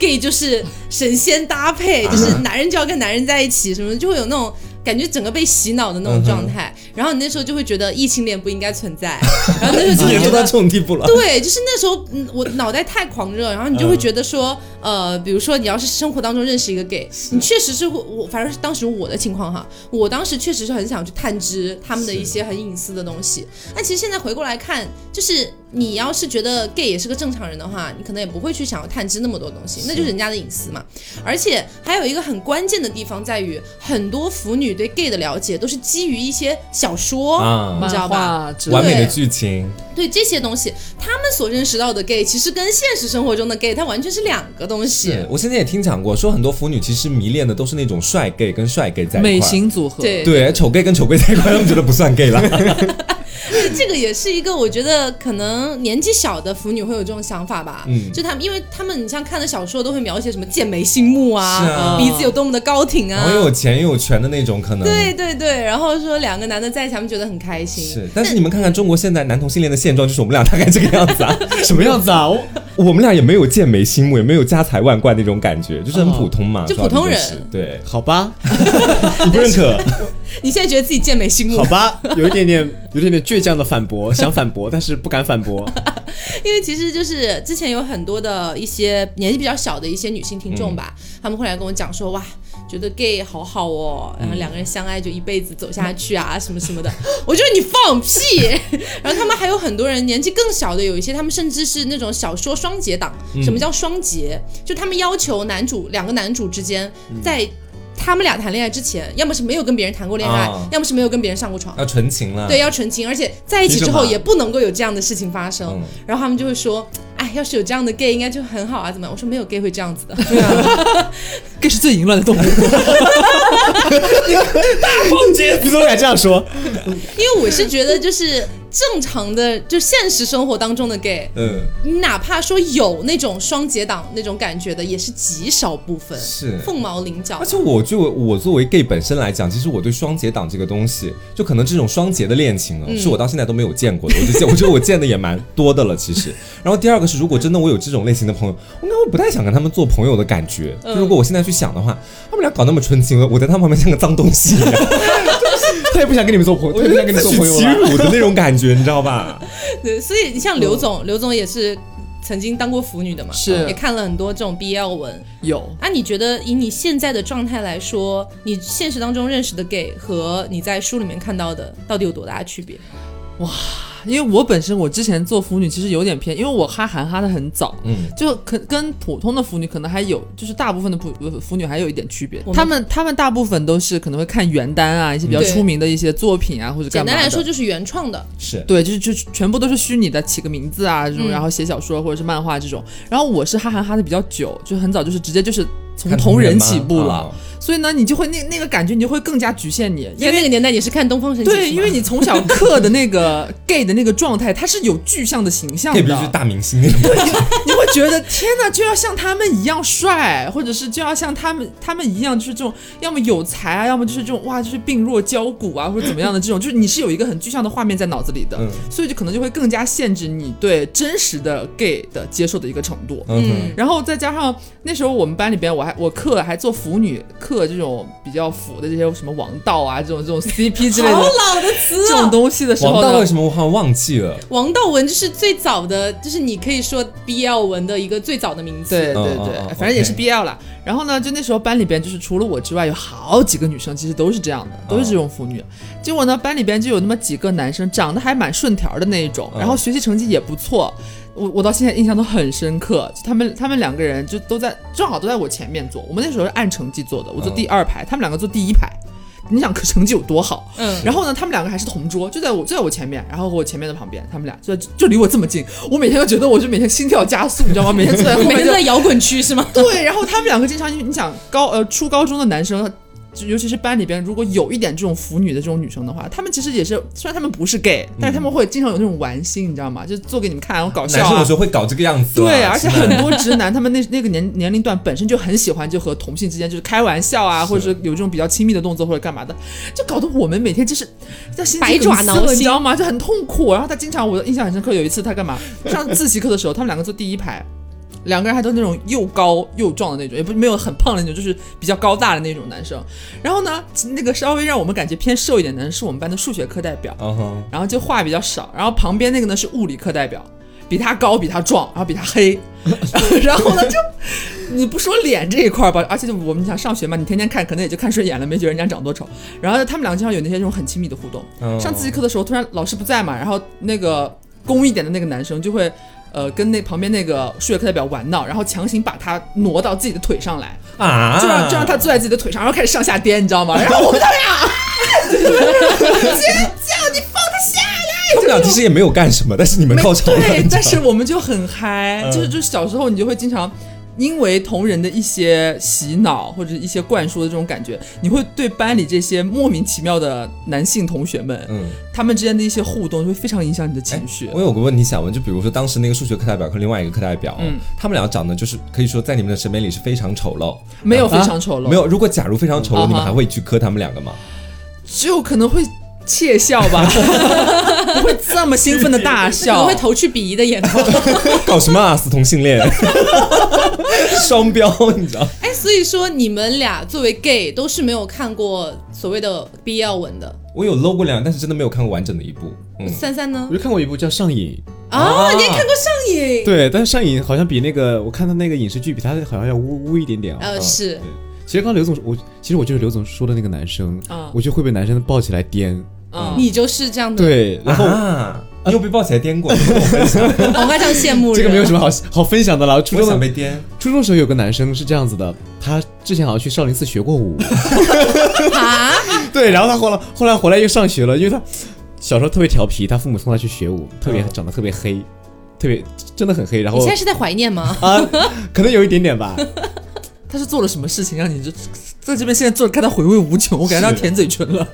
Speaker 1: gay 就是神仙搭配，就是
Speaker 2: 啊
Speaker 1: 男人就要跟男人在一起，什么就会有那种感觉，整个被洗脑的那
Speaker 2: 嗯
Speaker 1: 种状态。然后你那时候就会觉得异性恋不应该存 在，然后那时候就会
Speaker 2: 严
Speaker 1: 觉
Speaker 2: 重到
Speaker 1: 得
Speaker 2: 这种地步了。嗯
Speaker 1: 对，就是那时候嗯我脑袋太狂热，然后你就会觉得说，呃，比如说你要是生活当中认识一个 gay，你确实是会我，反正是当时我的情况哈，我当时确实是很想去探知他们的一些很隐私的东西。但其实现在回过来看，就是你要是觉得 gay 也是个正常人的话，你可能也不会去想要探知那么多东西，那就是人家的隐私嘛。而且还有一个很关键的地方在于，很多腐女对 gay 的了解都是基于一些小说。
Speaker 2: 啊，
Speaker 1: 你知道
Speaker 5: 漫
Speaker 1: 吧
Speaker 5: 画之类
Speaker 2: 完
Speaker 5: 的
Speaker 2: 美的剧情，
Speaker 1: 对这些东西，他们所认识到的 gay，其实跟现实生活中的 gay，它完全是两个东西
Speaker 2: 对。我现在也听讲过，说很多腐女其实迷恋的都是那种帅 gay 跟帅 gay 在一块儿，
Speaker 5: 美型组合，
Speaker 1: 对
Speaker 2: 对丑 gay 跟丑 gay 在一块儿，他们觉得不算 gay 了。
Speaker 1: 这个也是一个我觉得可能年纪小的腐女会有这种想法吧。
Speaker 2: 嗯
Speaker 1: 就他们，因为他们你像看的小说都会描写什么剑眉心目啊，
Speaker 2: 是啊
Speaker 1: 鼻子有多么的高挺
Speaker 2: 然后
Speaker 1: 啊，
Speaker 2: 又有钱又有权的那种可能。
Speaker 1: 对对对，然后说两个男的在一起，他们觉得很开心。
Speaker 2: 是，但是你们看看中国现在男同性恋的现状，就是我们俩大概这个样子啊，
Speaker 4: 什么样子啊？我
Speaker 2: 我们俩也没有剑眉心目，也没有家财万贯那种感觉，就是很普通嘛，
Speaker 1: 就
Speaker 2: 说到
Speaker 1: 普通
Speaker 2: 底
Speaker 1: 人
Speaker 2: 是对，
Speaker 4: 好 吧，
Speaker 2: 你不认可，
Speaker 1: 你现在觉得自己剑眉心目
Speaker 4: 好，吧，有一点点，有一点点倔强的反驳，想反驳，但是不敢反驳。
Speaker 1: 因为其实就是之前有很多的一些年纪比较小的一些女性听众吧，她们会来跟我讲说，哇，觉得 gay 好好哦，然后两个人相爱就一辈子走下去啊，什么什么的。 我觉得你放屁。 然后他们还有很多人年纪更小的，有一些他们甚至是那种小说双节党。什么叫双节？就他们要求男主两个男主之间在。他们俩谈恋爱之前，要么是没有跟别人谈过恋爱，
Speaker 2: 啊
Speaker 1: 要么是没有跟别人上过床，
Speaker 2: 要纯情了。
Speaker 1: 对，，要纯情，而且在一起之
Speaker 4: 凭什
Speaker 1: 后
Speaker 4: 么
Speaker 1: 也不能够有这样的事情发生。
Speaker 2: 嗯
Speaker 1: 然后他们就会说，哎，要是有这样的 gay 应该就很好啊，怎么样？我说没有 gay 会这样 子的，
Speaker 5: 更是最淫乱的动物。
Speaker 4: 你怎么敢这样说？
Speaker 1: 因为我是觉得就是正常的，就现实生活当中的 gay，
Speaker 2: 嗯，
Speaker 1: 你哪怕说有那种双节党那种感觉的，也是极少部分，
Speaker 2: 是
Speaker 1: 凤毛麟角
Speaker 2: 而。且我就我作为 gay 本身来讲，其实我对双节党这个东西，就可能这种双节的恋情啊，是我到现在都没有见过的。我就见， 我觉得我见的也蛮多的了，其实。然后第二个是，如果真的我有这种类型的朋友，我应该会不太想跟他们做朋友的感觉。就如果我现在去想的话，他们俩搞那么纯情，我我在他们旁边像个脏东西一样，
Speaker 4: 他也不想跟你们做朋友，他
Speaker 2: 我
Speaker 4: 也
Speaker 2: 就
Speaker 4: 不想跟你做朋友啊
Speaker 2: 自取
Speaker 4: 了。
Speaker 2: 啊 其辱的那种感觉，你知道吧？
Speaker 1: 对，所以你像刘
Speaker 2: 嗯
Speaker 1: 总，刘总也是曾经当过腐女的嘛，
Speaker 5: 是
Speaker 1: 也看了很多这种 BL 文。
Speaker 5: 有，
Speaker 1: 那、你觉得以你现在的状态来说，你现实当中认识的 gay 和你在书里面看到的到底有多大的区别？
Speaker 5: 因为我本身我之前做腐女其实有点偏，因为我哈韩哈的很早，
Speaker 2: 嗯，
Speaker 5: 就可跟普通的腐女可能还有，就是大部分的普呃腐女还有一点区别
Speaker 1: 我。们
Speaker 5: 她们她们大部分都是可能会看原单啊，一些比较
Speaker 1: 对
Speaker 5: 出名的一些作品啊，或者
Speaker 1: 简
Speaker 5: 干嘛
Speaker 1: 单
Speaker 5: 的。
Speaker 1: 来说就是原创的，
Speaker 2: 是。
Speaker 5: 对，就是就全部都是虚拟的，起个名字啊这种，
Speaker 1: 嗯
Speaker 5: 然后写小说或者是漫画这种。然后我是哈韩哈的比较久，就很早就是直接就是从
Speaker 2: 看
Speaker 5: 同人
Speaker 2: 吗
Speaker 5: 起步了，
Speaker 2: 啊
Speaker 5: 所以呢，你就会那那个感觉你就会更加局限你，
Speaker 1: 因为那个年代你是看《东方神起》
Speaker 5: 对，
Speaker 1: 是吗
Speaker 5: 因为你从小刻的那个 gay 的那个状态，它是有具象的形 象
Speaker 2: gay 必须是
Speaker 5: 的，
Speaker 2: 大明 星那种。
Speaker 5: 你会觉得天哪，就要像他们一样帅，或者是就要像他们他们一样，就是这种要么有才啊，要么就是这种哇，就是病弱交骨啊，或者怎么样的这种，就是你是有一个很具象的画面在脑子里的，
Speaker 2: 嗯
Speaker 5: 所以就可能就会更加限制你对真实的 gay 的接受的一个程度。
Speaker 2: 嗯
Speaker 1: 嗯，
Speaker 5: 然后再加上那时候我们班里边，我还我课还做腐女课这种比较腐的这些什么王道啊，这种这种 CP 之类
Speaker 1: 好
Speaker 5: 的
Speaker 1: 老的词
Speaker 5: 这种
Speaker 1: 哦。
Speaker 5: 东西的时
Speaker 2: 哼，
Speaker 5: 候
Speaker 2: 王
Speaker 5: 呢
Speaker 2: 道为什么我好像忘记了？
Speaker 1: 王道文就是最早的，就是你可以说 BL 文的一个最早的名字。
Speaker 5: 对对
Speaker 2: 哦
Speaker 5: 对
Speaker 2: 哦哦，
Speaker 5: 反正也是
Speaker 2: OK
Speaker 5: BL 啦。然后呢，就那时候班里边就是除了我之外，有好几个女生其实都是这样的，都是
Speaker 2: 嗯
Speaker 5: 这种腐女。结果呢，班里边就有那么几个男生，长得还蛮顺条的那一种，
Speaker 2: 嗯
Speaker 5: 然后学习成绩也不错。我我到现在印象都很深刻，就他们他们两个人就都在正好都在我前面坐，我们那时候是按成绩坐的，我坐
Speaker 2: 嗯
Speaker 5: 第二排，他们两个坐第一排。你想可成绩有多好？
Speaker 1: 嗯，
Speaker 5: 然后呢，他们两个还是同桌，就在我就在我前面，然后和我前面的旁边，他们俩就在就离我这么近，我每天都觉得我就每天心跳加速，你知道吗？每天坐在后
Speaker 1: 每
Speaker 5: 面
Speaker 1: 天都
Speaker 5: 就
Speaker 1: 在摇滚区是 吗？
Speaker 5: 对，然后他们两个经常，因为你想高呃初高中的男生。就尤其是班里边，如果有一点这种腐女的这种女生的话，她们其实也是，虽然她们不是 gay，但是她们会经常有那种玩心，你知道吗？就做给你们看，然后搞笑、
Speaker 2: 男生有
Speaker 5: 啊
Speaker 2: 时。候会搞这个样子啊。
Speaker 5: 对，而且
Speaker 2: 直男
Speaker 5: 很多直男，他们那那个年年龄段本身就很喜欢，就和同性之间就是开玩笑啊，或者是有这种比较亲密的动作或者干嘛的，就搞得我们每天就是在心
Speaker 1: 百爪挠
Speaker 5: 你
Speaker 1: 心
Speaker 5: 知道吗？就很痛苦。然后他经常，我印象很深刻，有一次他干嘛？上自习课的时候，他们两个坐第一排。两个人还都是那种又高又壮的那种，也不没有很胖的那种，就是比较高大的那种男生。然后呢，那个稍微让我们感觉偏瘦一点的人是我们班的数学课代表，
Speaker 2: 嗯哼，
Speaker 5: 然后就话比较少，然后旁边那个呢是物理课代表，比他高，比他壮，然后比他黑，然后呢就你不说脸这一块儿吧，而且就我们想上学嘛，你天天看可能也就看顺眼了，没觉得人家长多丑。然后他们俩经常有那些这种很亲密的互动。
Speaker 2: 嗯
Speaker 5: 上自习课的时候，突然老师不在嘛，然后那个攻一点的那个男生就会。呃，跟那旁边那个数学课代表玩闹，然后强行把他挪到自己的腿上来，
Speaker 2: 啊，
Speaker 5: 就让就让他坐在自己的腿上，然后开始上下颠，你知道吗？然后我们他俩
Speaker 2: 他们俩其实也没有干什么，但是你们
Speaker 5: 没
Speaker 2: 高潮了，
Speaker 5: 对
Speaker 2: 你，知道
Speaker 5: 嗯但是我们就很嗨，就是就小时候你就会经常。因为同人的一些洗脑或者一些灌输的这种感觉，你会对班里这些莫名其妙的男性同学们，
Speaker 2: 嗯，
Speaker 5: 他们之间的一些互动，就会非常影响你的情绪。
Speaker 2: 我有个问题想问，就比如说当时那个数学课代表和另外一个课代表，
Speaker 5: 嗯
Speaker 2: 他们俩长得就是可以说在你们的审美里是非常丑陋，
Speaker 5: 啊没有非常丑陋，
Speaker 2: 没有。如果假如非常丑陋，
Speaker 5: 嗯
Speaker 2: 你们
Speaker 5: 啊哈
Speaker 2: 还会去磕他们两个吗？
Speaker 5: 就可能会窃笑 吧，不会这么兴奋的
Speaker 1: 可
Speaker 5: 大
Speaker 1: 能
Speaker 5: 笑
Speaker 1: 会。投去鄙夷的眼光。
Speaker 2: 搞什么啊，死同性恋， 双标，你知道？
Speaker 1: 哎，所以说你们俩作为 gay 都是没有看过所谓的 BL 文的。
Speaker 2: 我有搂过两，但是真的没有看过完整的一部。嗯，
Speaker 1: 三三呢
Speaker 4: 我？就看过一部叫《上瘾
Speaker 1: 啊，你也看过上瘾？》，
Speaker 4: 对，但是《上瘾》好像比那个我看他那个影视剧比他好像要污污一点点啊。
Speaker 5: 嗯
Speaker 1: 呃，是
Speaker 4: 其实刚刚刘总说，我其实我就是刘总说的那个男生，
Speaker 5: 啊
Speaker 4: 我就会被男生抱起来颠。
Speaker 5: 嗯，
Speaker 1: 你就是这样的。
Speaker 4: 对，然后
Speaker 2: 啊，你有被抱起来 颠过？
Speaker 1: 我非常羡慕人。
Speaker 4: 这个没有什么好好分享的了。初
Speaker 2: 我
Speaker 4: 中
Speaker 2: 想
Speaker 4: 的
Speaker 2: 被颠。
Speaker 4: 初中时候有个男生是这样子的，他之前好像去少林寺学过舞，
Speaker 1: 啊，
Speaker 4: 对，然后他后来后来回来又上学了，因为他小时候特别调皮，他父母送他去学舞，特别
Speaker 2: 嗯
Speaker 4: 长得特别黑，特别真的很黑，然
Speaker 1: 你
Speaker 4: 后
Speaker 1: 现在是在怀念吗？
Speaker 4: 啊，可能有一点 点吧，
Speaker 5: 他是做了什么事情让你就在这边现在坐着看他回味无穷？我感觉他
Speaker 2: 是
Speaker 5: 舔嘴唇了。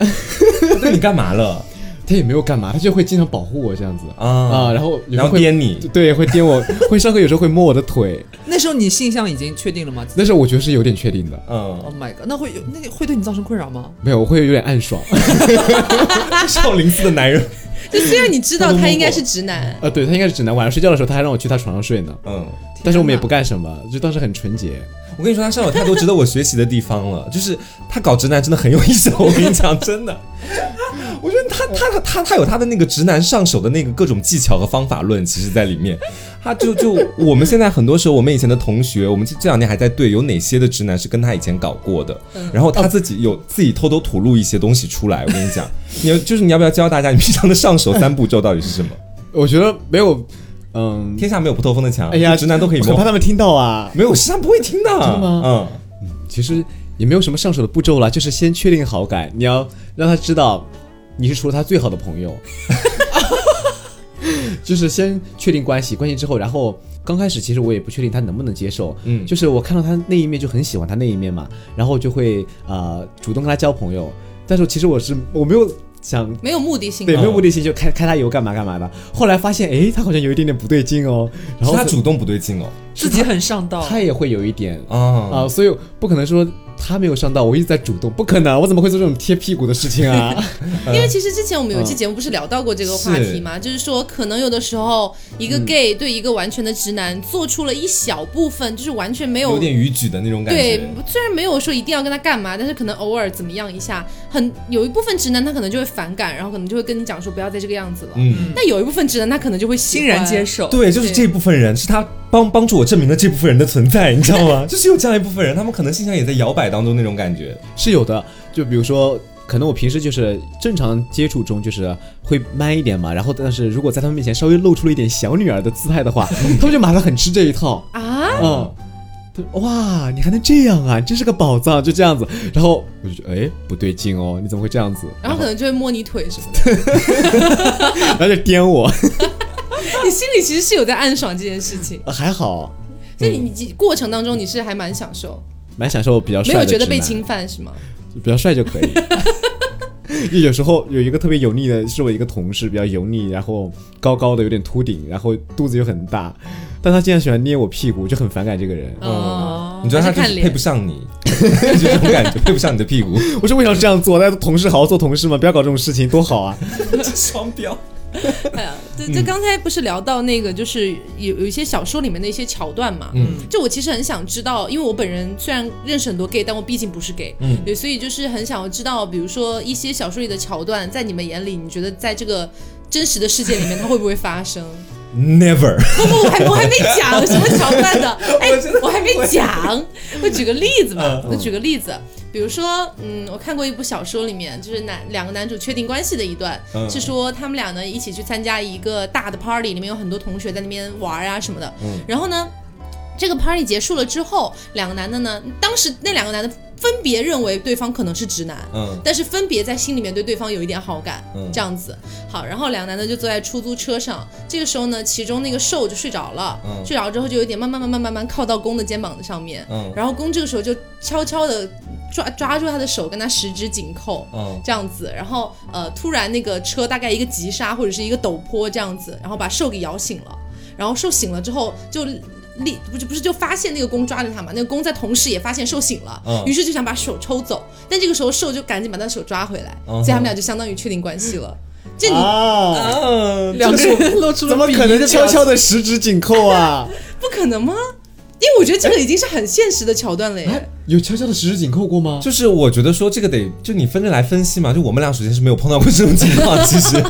Speaker 2: 那你干嘛了
Speaker 4: 他也没有干嘛，他就会经常保护我这样子
Speaker 2: 啊？
Speaker 4: 啊，然后有时
Speaker 2: 然
Speaker 4: 候
Speaker 2: 后
Speaker 4: 会
Speaker 2: 颠你，
Speaker 4: 对会颠我，会上课有时候会摸我的腿，
Speaker 5: 那时候你性向已经确定了吗
Speaker 4: 但是我觉得是有点确定的，
Speaker 2: 嗯，
Speaker 5: ？Oh my god，那会有那个会对你造成困扰吗？
Speaker 4: 没有，我会有点暗 爽
Speaker 2: 少林寺的男人，
Speaker 1: 就虽然你知道他应该是直男，
Speaker 4: 啊，对他应该是直男，晚上睡觉的时候他还让我去他床上睡呢，
Speaker 2: 嗯。
Speaker 4: 但是我们也
Speaker 5: 天哪
Speaker 4: 不干什么，就当时很纯洁。
Speaker 2: 我跟你说，他上有太多值得我学习的地方了， 就是他搞直男真的很有意思，我跟你讲，真的。我觉得他他他他有他的那个直男上手的那个各种技巧和方法论，其实在里面。他就就我们现在很多时候，我们以前的同学，我们这这两年还在对有哪些的直男是跟他以前搞过的，
Speaker 4: 嗯
Speaker 2: 然后他自己有自己偷偷吐露一些东西出来。我跟你 讲，你要就是你要不要教大家你平常的上手三步骤到底是 什么？
Speaker 4: 我觉得没有，嗯，
Speaker 2: 天下没有不透风的墙，
Speaker 4: 哎呀，
Speaker 2: 直男都可以
Speaker 4: 我很怕
Speaker 2: 摸。
Speaker 4: 他们听到啊。
Speaker 2: 没有，是他不会 听的。真
Speaker 4: 的吗
Speaker 2: 嗯。
Speaker 4: 其实也没有什么上手的步骤啦，就是先确定好感，你要让他知道你是除了他最好的朋友， 就是先确定关系，关系之后，然后刚开始其实我也不确定他能不能接受，
Speaker 2: 嗯
Speaker 4: 就是我看到他那一面就很喜欢他那一面嘛，然后就会呃主动跟他交朋友，但是其实我是我没有想
Speaker 1: 没有目的性。
Speaker 4: 对没有目的性就开开他油干嘛干嘛的，后来发现哎他好像有一点点不对劲哦，
Speaker 2: 是
Speaker 4: 然后
Speaker 2: 他主动不对劲哦。
Speaker 5: 自己很上道，
Speaker 4: 他也会有一点
Speaker 2: 啊
Speaker 1: 嗯
Speaker 4: 啊、所以不可能说他没有上道，我一直在主动，不可能，我怎么会做这种贴屁股的事 情啊？
Speaker 1: 因为其实之前我们有一期节目不是聊到过这个话题嘛，就是说可能有的时候一个 gay 对一个完全的直男做出了一小部分，就是完全没
Speaker 2: 有点逾矩的那种感
Speaker 1: 对
Speaker 2: 觉。，
Speaker 1: 虽然没有说一定要跟他干嘛，但是可能偶尔怎么样一下，很有一部分直男他可能就会反感，然后可能就会跟你讲说不要再这个样子了。
Speaker 2: 嗯，
Speaker 1: 但有一部分直男他可能就会喜
Speaker 5: 欣
Speaker 1: 欢
Speaker 5: 然接。受。
Speaker 2: 对，就是这部分人是他帮帮助我证明了这部分人的存在，你知 道吗？就是有这样一部分人，他们可能性向也在摇摆当中那种感觉。
Speaker 4: 是有的，就比如说。可能我平时就是正常接触中就是会 man 一点嘛，然后但是如果在他们面前稍微露出了一点小女儿的姿态 的话，他们就马上很吃这一套。
Speaker 1: 啊，
Speaker 4: 嗯，对哇，你还能这样啊，你真是个宝藏，就这样子。然后我就觉得哎不对劲哦，你怎么会这样子？
Speaker 1: 然后可能就会摸你腿什么的。
Speaker 4: 然后就颠我，
Speaker 1: 你心里其实是有在暗爽这件事情，
Speaker 4: 还好，
Speaker 1: 所以你你过程当中你是还蛮享受，
Speaker 4: 蛮享受比啊较帅
Speaker 1: 没
Speaker 4: 的
Speaker 1: 有觉得被
Speaker 4: 直男
Speaker 1: 侵犯是吗？
Speaker 4: 比较帅就可以。 就有时候有一个特别油腻的，是我一个同事，比较油腻，然后高高的，有点秃顶，然后肚子又很大，但他竟然喜欢捏我屁股，我就很反感这个人。
Speaker 1: 哦，
Speaker 2: 你觉得他
Speaker 1: 还是
Speaker 2: 就
Speaker 1: 看
Speaker 2: 是配
Speaker 1: 脸
Speaker 2: 不上你， 就这种感觉，配不上你的屁股，
Speaker 4: 我说为啥要这样做？大家同事好好做同事嘛，不要搞这种事情，多好啊！
Speaker 2: 双标。
Speaker 1: 哎呀，对，就刚才不是聊到那个，就是有有一些小说里面的一些桥段嘛。
Speaker 2: 嗯
Speaker 1: 就我其实很想知道，因为我本人虽然认识很多 gay，但我毕竟不是 gay，
Speaker 2: 嗯
Speaker 1: 对，所以就是很想要知道，比如说一些小说里的桥段，在你们眼里，你觉得在这个真实的世界里面，它会不会发生？
Speaker 2: Never，
Speaker 1: 不不，我还我还没讲什么桥段的，哎， 我还没讲。我嗯举个例子吧，我举个例子，比如说，嗯，我看过一部小说，里面就是男两个男主确定关系的一段，
Speaker 2: 嗯
Speaker 1: 是说他们俩呢一起去参加一个大的 party，里面有很多同学在那边玩啊什么的，然后呢。这个 party 结束了之后，两个男的呢，当时那两个男的分别认为对方可能是直男，
Speaker 2: 嗯
Speaker 1: 但是分别在心里面对对方有一点好感，
Speaker 2: 嗯
Speaker 1: 这样子。好，然后两男的就坐在出租车上，这个时候呢，其中那个瘦就睡着了，
Speaker 2: 嗯
Speaker 1: 睡着之后就有点慢慢慢慢慢慢靠到公的肩膀上面，
Speaker 2: 嗯
Speaker 1: 然后公这个时候就悄悄的抓抓住他的手，跟他十指紧扣。
Speaker 2: 嗯
Speaker 1: 这样子，然后呃，突然那个车大概一个急刹或者是一个陡坡这样子，然后把兽给摇醒了，然后兽醒了之后就立不是不是就发现那个公抓着他嘛，那个公在同时也发现兽醒了，
Speaker 2: 嗯
Speaker 1: 于是就想把手抽走，但这个时候兽就赶紧把他的手抓回来，
Speaker 2: 嗯哼
Speaker 1: 所以他们俩就相当于确定关系了。这你
Speaker 4: 啊，
Speaker 2: 啊，
Speaker 5: 两个人露出了
Speaker 4: 怎么
Speaker 5: 鄙夷
Speaker 4: 可能
Speaker 5: 的
Speaker 4: 悄
Speaker 5: 表情
Speaker 4: 悄的十指紧扣啊？
Speaker 1: 不可能吗？因为我觉得这个已经是很现实的桥段了耶。
Speaker 4: 哎有悄悄的十指紧扣过
Speaker 1: 哦
Speaker 4: 吗？
Speaker 2: 就是我觉得说这个得就你分着来分析嘛，就我们俩首先是没有碰到过这种情况，其实，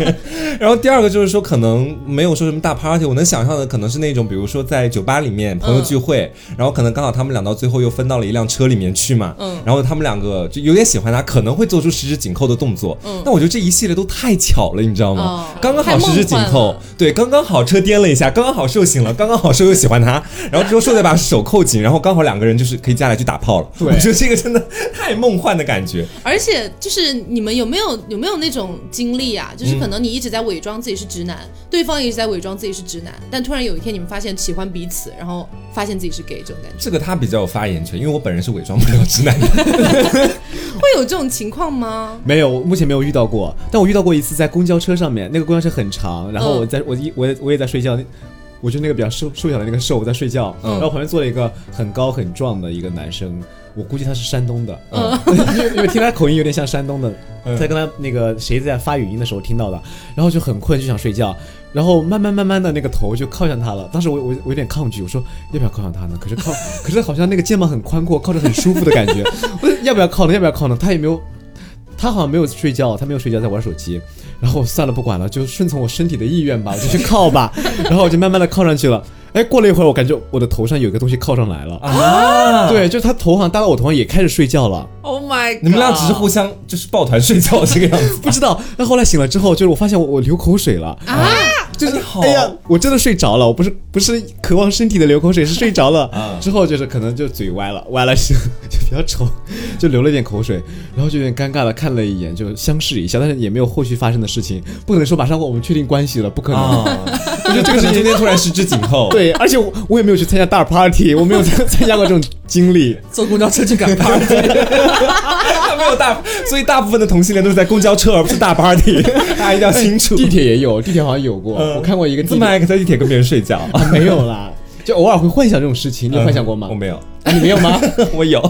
Speaker 2: 然后第二个就是说可能没有说什么大 party，我能想象的可能是那种比如说在酒吧里面朋友聚会，然后可能刚好他们俩到最后又分到了一辆车里面去嘛，
Speaker 1: 嗯
Speaker 2: 然后他们两个就有点喜欢他，可能会做出十指紧扣的动作，
Speaker 1: 嗯
Speaker 2: 但我觉得这一系列都太巧了，你知道吗？
Speaker 1: 哦
Speaker 2: 刚刚好十指紧
Speaker 1: 太梦幻
Speaker 2: 扣
Speaker 1: 了，
Speaker 2: 对，刚刚好车颠了一下，刚刚好兽醒了，刚刚好兽又喜欢他，然后之后兽再把手扣紧，然后刚好两个人就是可以接下来去打炮了。
Speaker 4: 对
Speaker 2: 我觉得这个真的太梦幻的感觉。
Speaker 1: 而且就是你们有没有有没有那种经历啊？就是可能你一直在伪装自己是直男，对方也一直在伪装自己是直男，但突然有一天你们发现喜欢彼此，然后发现自己是 gay 这种感觉，
Speaker 2: 这个他比较有发言权，因为我本人是伪装不了直 男的。
Speaker 1: 会有这种情况吗？
Speaker 4: 没有，我目前没有遇到过。但我遇到过一次在公交车上面，那个公交车很长，然后
Speaker 1: 嗯
Speaker 4: 我在、我一我也我也在睡觉，那我就那个比较瘦瘦小的那个瘦，我在睡觉，
Speaker 2: 嗯
Speaker 4: 然后旁边坐了一个很高很壮的一个男生，我估计他是山东的，
Speaker 1: 嗯
Speaker 4: 因为因为听他口音有点像山东的
Speaker 2: 嗯，
Speaker 4: 在跟他那个谁在发语音的时候听到的，然后就很困就想睡觉。然后慢慢慢慢的那个头就靠向他了，当时我我我有点抗拒，我说要不要靠向他呢？可是靠，可是好像那个肩膀很宽阔，靠着很舒服的感觉，我说要不要靠呢？要不要靠呢？他也没有他好像没有睡觉，他没有睡觉，在玩手机。然后我算了，不管了，就顺从我身体的意愿吧，我就去靠吧。然后我就慢慢的靠上去了。哎，过了一会儿，我感觉我的头上有一个东西靠上来了。
Speaker 2: 啊，
Speaker 4: 对，就他头好像搭到我头上，也开始睡觉了。
Speaker 5: ？Oh 哎 my！God
Speaker 2: 你们俩只是互相就是抱团睡觉这个样子。
Speaker 4: 不知道。那后来醒了之后，就是我发现我我流口水了，
Speaker 1: 啊，
Speaker 4: 就是
Speaker 2: 哎好
Speaker 4: 哎呀，我真的睡着了，我不是不是渴望身体的流口水，是睡着
Speaker 2: 啊
Speaker 4: 了。之后就是可能就嘴歪了，歪了是 就比较丑，就流了一点口水，然后就有点尴尬的看了一眼，就相视一笑，但是也没有后续发生的事情，不能说马上我们确定关系了，不可能。
Speaker 2: 啊，我觉得这个是今天突然十指紧扣。，
Speaker 4: 对，而且我我也没有去参加大 party，我没有参参加过这种经历。
Speaker 5: 坐公交车去赶 party，
Speaker 2: 他没有大，所以大部分的同性恋都是在公交车，而不是大 party。大家一定要清楚。
Speaker 4: 地铁也有，地铁好像有过，
Speaker 2: 嗯
Speaker 4: 哎我看过一个
Speaker 2: 你
Speaker 4: 地
Speaker 2: 这么
Speaker 4: 铁，
Speaker 2: 爱在地铁跟别人睡觉，
Speaker 4: 啊没有啦，就偶尔会幻想这种事情，你有
Speaker 2: 嗯
Speaker 4: 幻想过吗
Speaker 2: 我？没有，
Speaker 4: 啊你没有吗？
Speaker 2: 我有。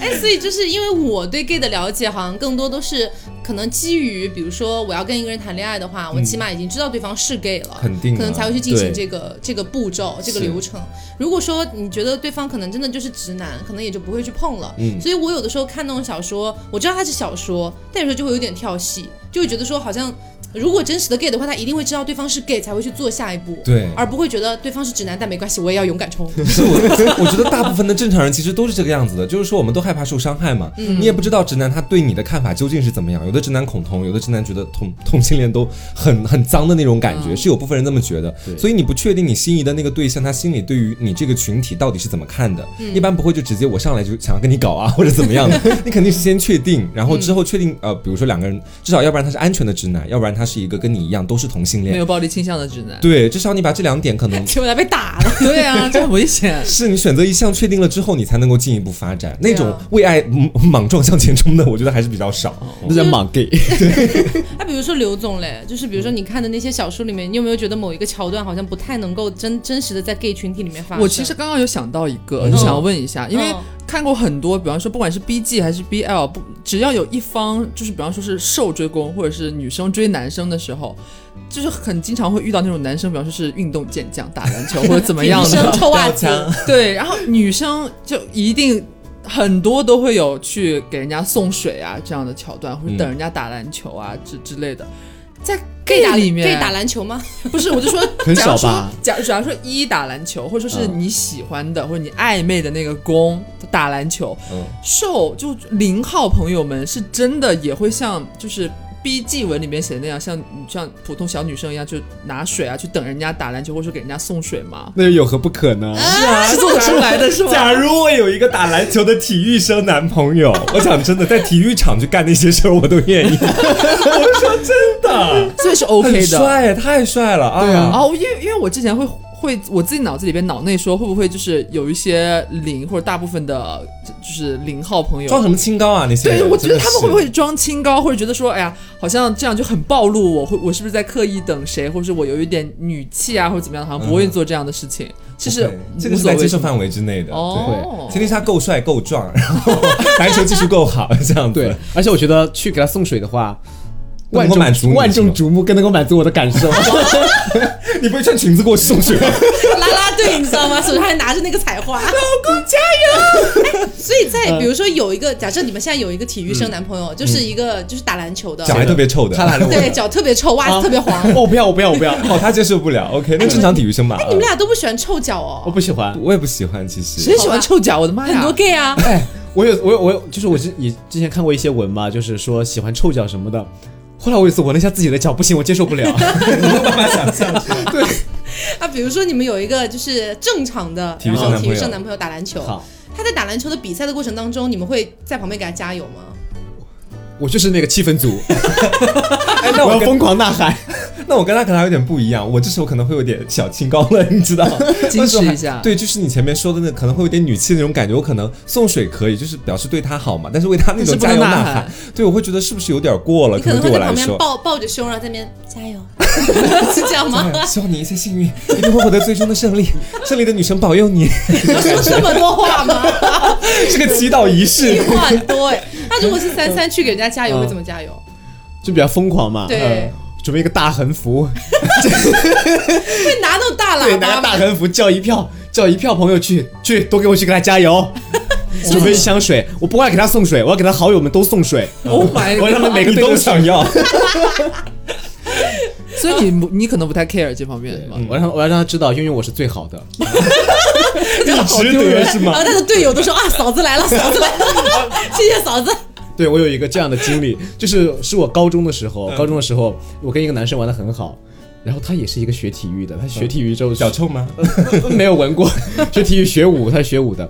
Speaker 1: 哎，所以就是因为我对 gay 的了解，好像更多都是可能基于，比如说我要跟一个人谈恋爱的话，我起码已经知道对方是 gay 了，
Speaker 2: 嗯肯定啊
Speaker 1: 可能才会去进行
Speaker 2: 对
Speaker 1: 这个这个步骤、这个
Speaker 2: 是
Speaker 1: 流程。如果说你觉得对方可能真的就是直男，可能也就不会去碰了。
Speaker 2: 嗯
Speaker 1: 所以我有的时候看那种小说，我知道它是小说，但有时候就会有点跳戏，就会觉得说好像。如果真实的 gay 的话，他一定会知道对方是 gay 才会去做下一步，
Speaker 2: 对
Speaker 1: 而不会觉得对方是直男，但没关系，我也要勇敢冲。
Speaker 2: 是我，我觉得大部分的正常人其实都是这个样子的，就是说我们都害怕受伤害嘛。
Speaker 5: 嗯
Speaker 2: 你也不知道直男他对你的看法究竟是怎么样，有的直男恐同，有的直男觉得同同性恋都很很脏的那种感
Speaker 5: 嗯
Speaker 2: 觉，是有部分人这么觉得。所以你不确定你心仪的那个对象，他心里对于你这个群体到底是怎么看的。
Speaker 5: 嗯
Speaker 2: 一般不会就直接我上来就想要跟你搞啊，或者怎么 样的，你肯定是先确定，然后
Speaker 5: 嗯
Speaker 2: 之后确定呃，比如说两个人，至少要不然他是安全的直男，要不然他是一个跟你一样都是同性
Speaker 5: 没
Speaker 2: 恋
Speaker 5: 有。暴力倾向的直男。
Speaker 2: 对，至少你把这两点可能
Speaker 1: 结果他被打了，
Speaker 5: 对啊，这很危险。
Speaker 2: 是你选择一项确定了之后，你才能够进一步发展。那种
Speaker 1: 对啊
Speaker 2: 为爱嗯莽撞向前冲的，我觉得还是比较少。
Speaker 4: 那叫莽 gay。
Speaker 1: 那比如说刘总嘞，就是比如说你看的那些小说里面，你有没有觉得某一个桥段好像不太能够真真实的在 gay 群体里面发生？
Speaker 5: 我其实刚刚有想到一个，
Speaker 2: 嗯
Speaker 5: 就想要问一下，
Speaker 1: 嗯
Speaker 5: 因为看过很多，比方说不管是 BG 还是 BL，不只要有一方就是比方说是受追攻，或者是女生追男生的时候，就是很经常会遇到那种男生，比方说是运动健将、打篮球或者怎么样
Speaker 1: 女生
Speaker 5: 的，
Speaker 1: 抽袜子，
Speaker 5: 对，然后女生就一定。很多都会有去给人家送水啊这样的桥段，或者
Speaker 2: 嗯
Speaker 5: 等人家打篮球啊之之类的，在
Speaker 1: gay
Speaker 5: gay
Speaker 1: 打
Speaker 5: 里面
Speaker 1: gay 打篮球吗？
Speaker 5: 不是，我就说
Speaker 4: 很少吧
Speaker 5: 假如说，假假如说一打篮球，或者说是你喜欢的、或者你暧昧的那个攻打篮球，
Speaker 2: 嗯，
Speaker 5: 瘦就零号朋友们是真的也会像就是 B G 文里面写的那样，像像普通小女生一样，就拿水啊去等人家打篮球，或者说给人家送水吗？
Speaker 4: 那又有何不可呢？
Speaker 5: 是啊， 是做出来的是吧？
Speaker 2: 假如我有一个打篮球的体育生男朋友，我讲真的，在体育场去干那些事儿我都愿 意。我说真的，
Speaker 5: 所以是
Speaker 2: 很
Speaker 5: OK 的。
Speaker 2: 帅，太帅了啊！
Speaker 4: 对啊
Speaker 5: 哦，因为因为我之前会会我自己脑子里边脑内说，会不会就是有一些零或者大部分的，就是零号朋友
Speaker 2: 装什么清高啊那些人？
Speaker 5: 对，我觉得他们会不
Speaker 2: 真的
Speaker 5: 会装清高，或者觉得说，哎呀，好像这样就很暴露我，会我是不是在刻意等谁，或者是我有一点女气啊，或者怎么样，好像不会做这样的事情，其
Speaker 2: 是
Speaker 5: 实
Speaker 2: 不会嗯这个
Speaker 5: 无
Speaker 2: 是
Speaker 5: 所
Speaker 2: 在
Speaker 5: 谓
Speaker 2: 接受范围之内的。
Speaker 5: 哦
Speaker 2: 对，前提是他够帅够壮，然 后篮球技术够好，这样子。
Speaker 4: 对，而且我觉得去给他送水的话，
Speaker 2: 能
Speaker 4: 万
Speaker 2: 够满足
Speaker 4: 众
Speaker 2: 你
Speaker 4: 万众
Speaker 2: 是
Speaker 4: 瞩目，更能够满足我的感 受。哦
Speaker 2: 你不会穿裙子过去送去 吗？
Speaker 1: 啦啦队，你知道吗？手上还拿着那个彩花，老公加油！所以在比如说有一个，假设你们现在有一个体育生男朋友，就是一个就是打篮球的，
Speaker 2: 脚还特别臭的，
Speaker 4: 他来了，我
Speaker 1: 对，脚特别臭，袜子特别黄，
Speaker 4: 哦，不要，我不要，我不要，
Speaker 2: 哦，他接受不了。OK，那正常体育生
Speaker 5: 哎
Speaker 2: 吧。
Speaker 1: 你们俩都不喜欢臭脚哦
Speaker 4: 我。不喜欢。
Speaker 2: 我也不喜欢，其实。
Speaker 5: 谁喜欢臭脚？我的妈呀！
Speaker 1: 很多 gay 啊，
Speaker 4: 哎，我有，我有，我有，就是我之也之前看过一些文嘛，就是说喜欢臭脚什么的。后来我有一次闻了一下自己的脚，不行，我接受 不了。
Speaker 1: 啊，比如说你们有一个就是正常的，
Speaker 2: 体育
Speaker 1: 然
Speaker 2: 生
Speaker 1: 后
Speaker 2: 男
Speaker 1: 体
Speaker 2: 朋友
Speaker 1: 育生男朋友打篮球，
Speaker 4: 好，
Speaker 1: 他在打篮球的比赛的过程当中，你们会在旁边给他加油吗？
Speaker 4: 我就是那个气氛组，
Speaker 2: 哎，那
Speaker 4: 我
Speaker 2: 我
Speaker 4: 要
Speaker 2: 跟
Speaker 4: 疯狂呐 喊。
Speaker 2: 那我跟他可能还有点不一样，我这时候可能会有点小清高了，你知道？
Speaker 5: 矜持一下
Speaker 2: 对，就是你前面说的那可能会有点女气的那种感觉。我可能送水可以，就是表示对他好嘛，但是为他那
Speaker 5: 但是
Speaker 2: 种
Speaker 5: 不
Speaker 2: 加
Speaker 5: 能
Speaker 2: 油
Speaker 5: 呐
Speaker 2: 呐
Speaker 5: 喊
Speaker 2: 喊，对我会觉得是不是有点过了？
Speaker 1: 你可能
Speaker 2: 呃对
Speaker 1: 会在
Speaker 2: 我来
Speaker 1: 旁边
Speaker 2: 说。
Speaker 1: 抱 抱着胸，然后在那边加 油，是这样吗？
Speaker 2: 哎希望你一切幸运，一定会获得最终的胜利。胜利的女神保佑你，
Speaker 1: 你要 说这么多话吗？
Speaker 2: 是个祈祷仪式
Speaker 1: 屁。话很多哎。那如果是三三去给人家加油，
Speaker 4: 嗯
Speaker 1: 会怎么加 油？
Speaker 4: 就比较疯狂嘛。
Speaker 1: 对
Speaker 4: 呃准备一个大横幅，
Speaker 1: 会拿那种大
Speaker 4: 对，
Speaker 1: 喇
Speaker 4: 拿
Speaker 1: 叭
Speaker 4: 个
Speaker 1: 吗？
Speaker 4: 大横幅叫一票，叫一票朋友去去，都给我去给他加 油。准备一箱水，我不光要给他送水，我要给他好友们都送水，
Speaker 5: ，Oh my
Speaker 4: 我
Speaker 5: god！
Speaker 4: 让他们每个
Speaker 2: 你
Speaker 4: 队
Speaker 2: 都
Speaker 4: 都上，
Speaker 2: 想要，
Speaker 5: 所以你你可能不太 care 这方面，是吗？
Speaker 4: 我让他嗯我要让他知道，因为我是最好 的。
Speaker 5: 好
Speaker 2: 值
Speaker 5: 丢人啊
Speaker 2: 得是
Speaker 1: 然
Speaker 2: 吗？
Speaker 1: 后他的队友都说啊，嫂子 来了，嫂子来了， 谢谢嫂子。
Speaker 4: 对我有一个这样的经历，就是是我高中的时候，高中的时候我跟一个男生玩的很好，然后他也是一个学体育的，他学体育之后
Speaker 2: 脚臭吗？
Speaker 4: 没有闻过，学体育学舞，他是学舞的。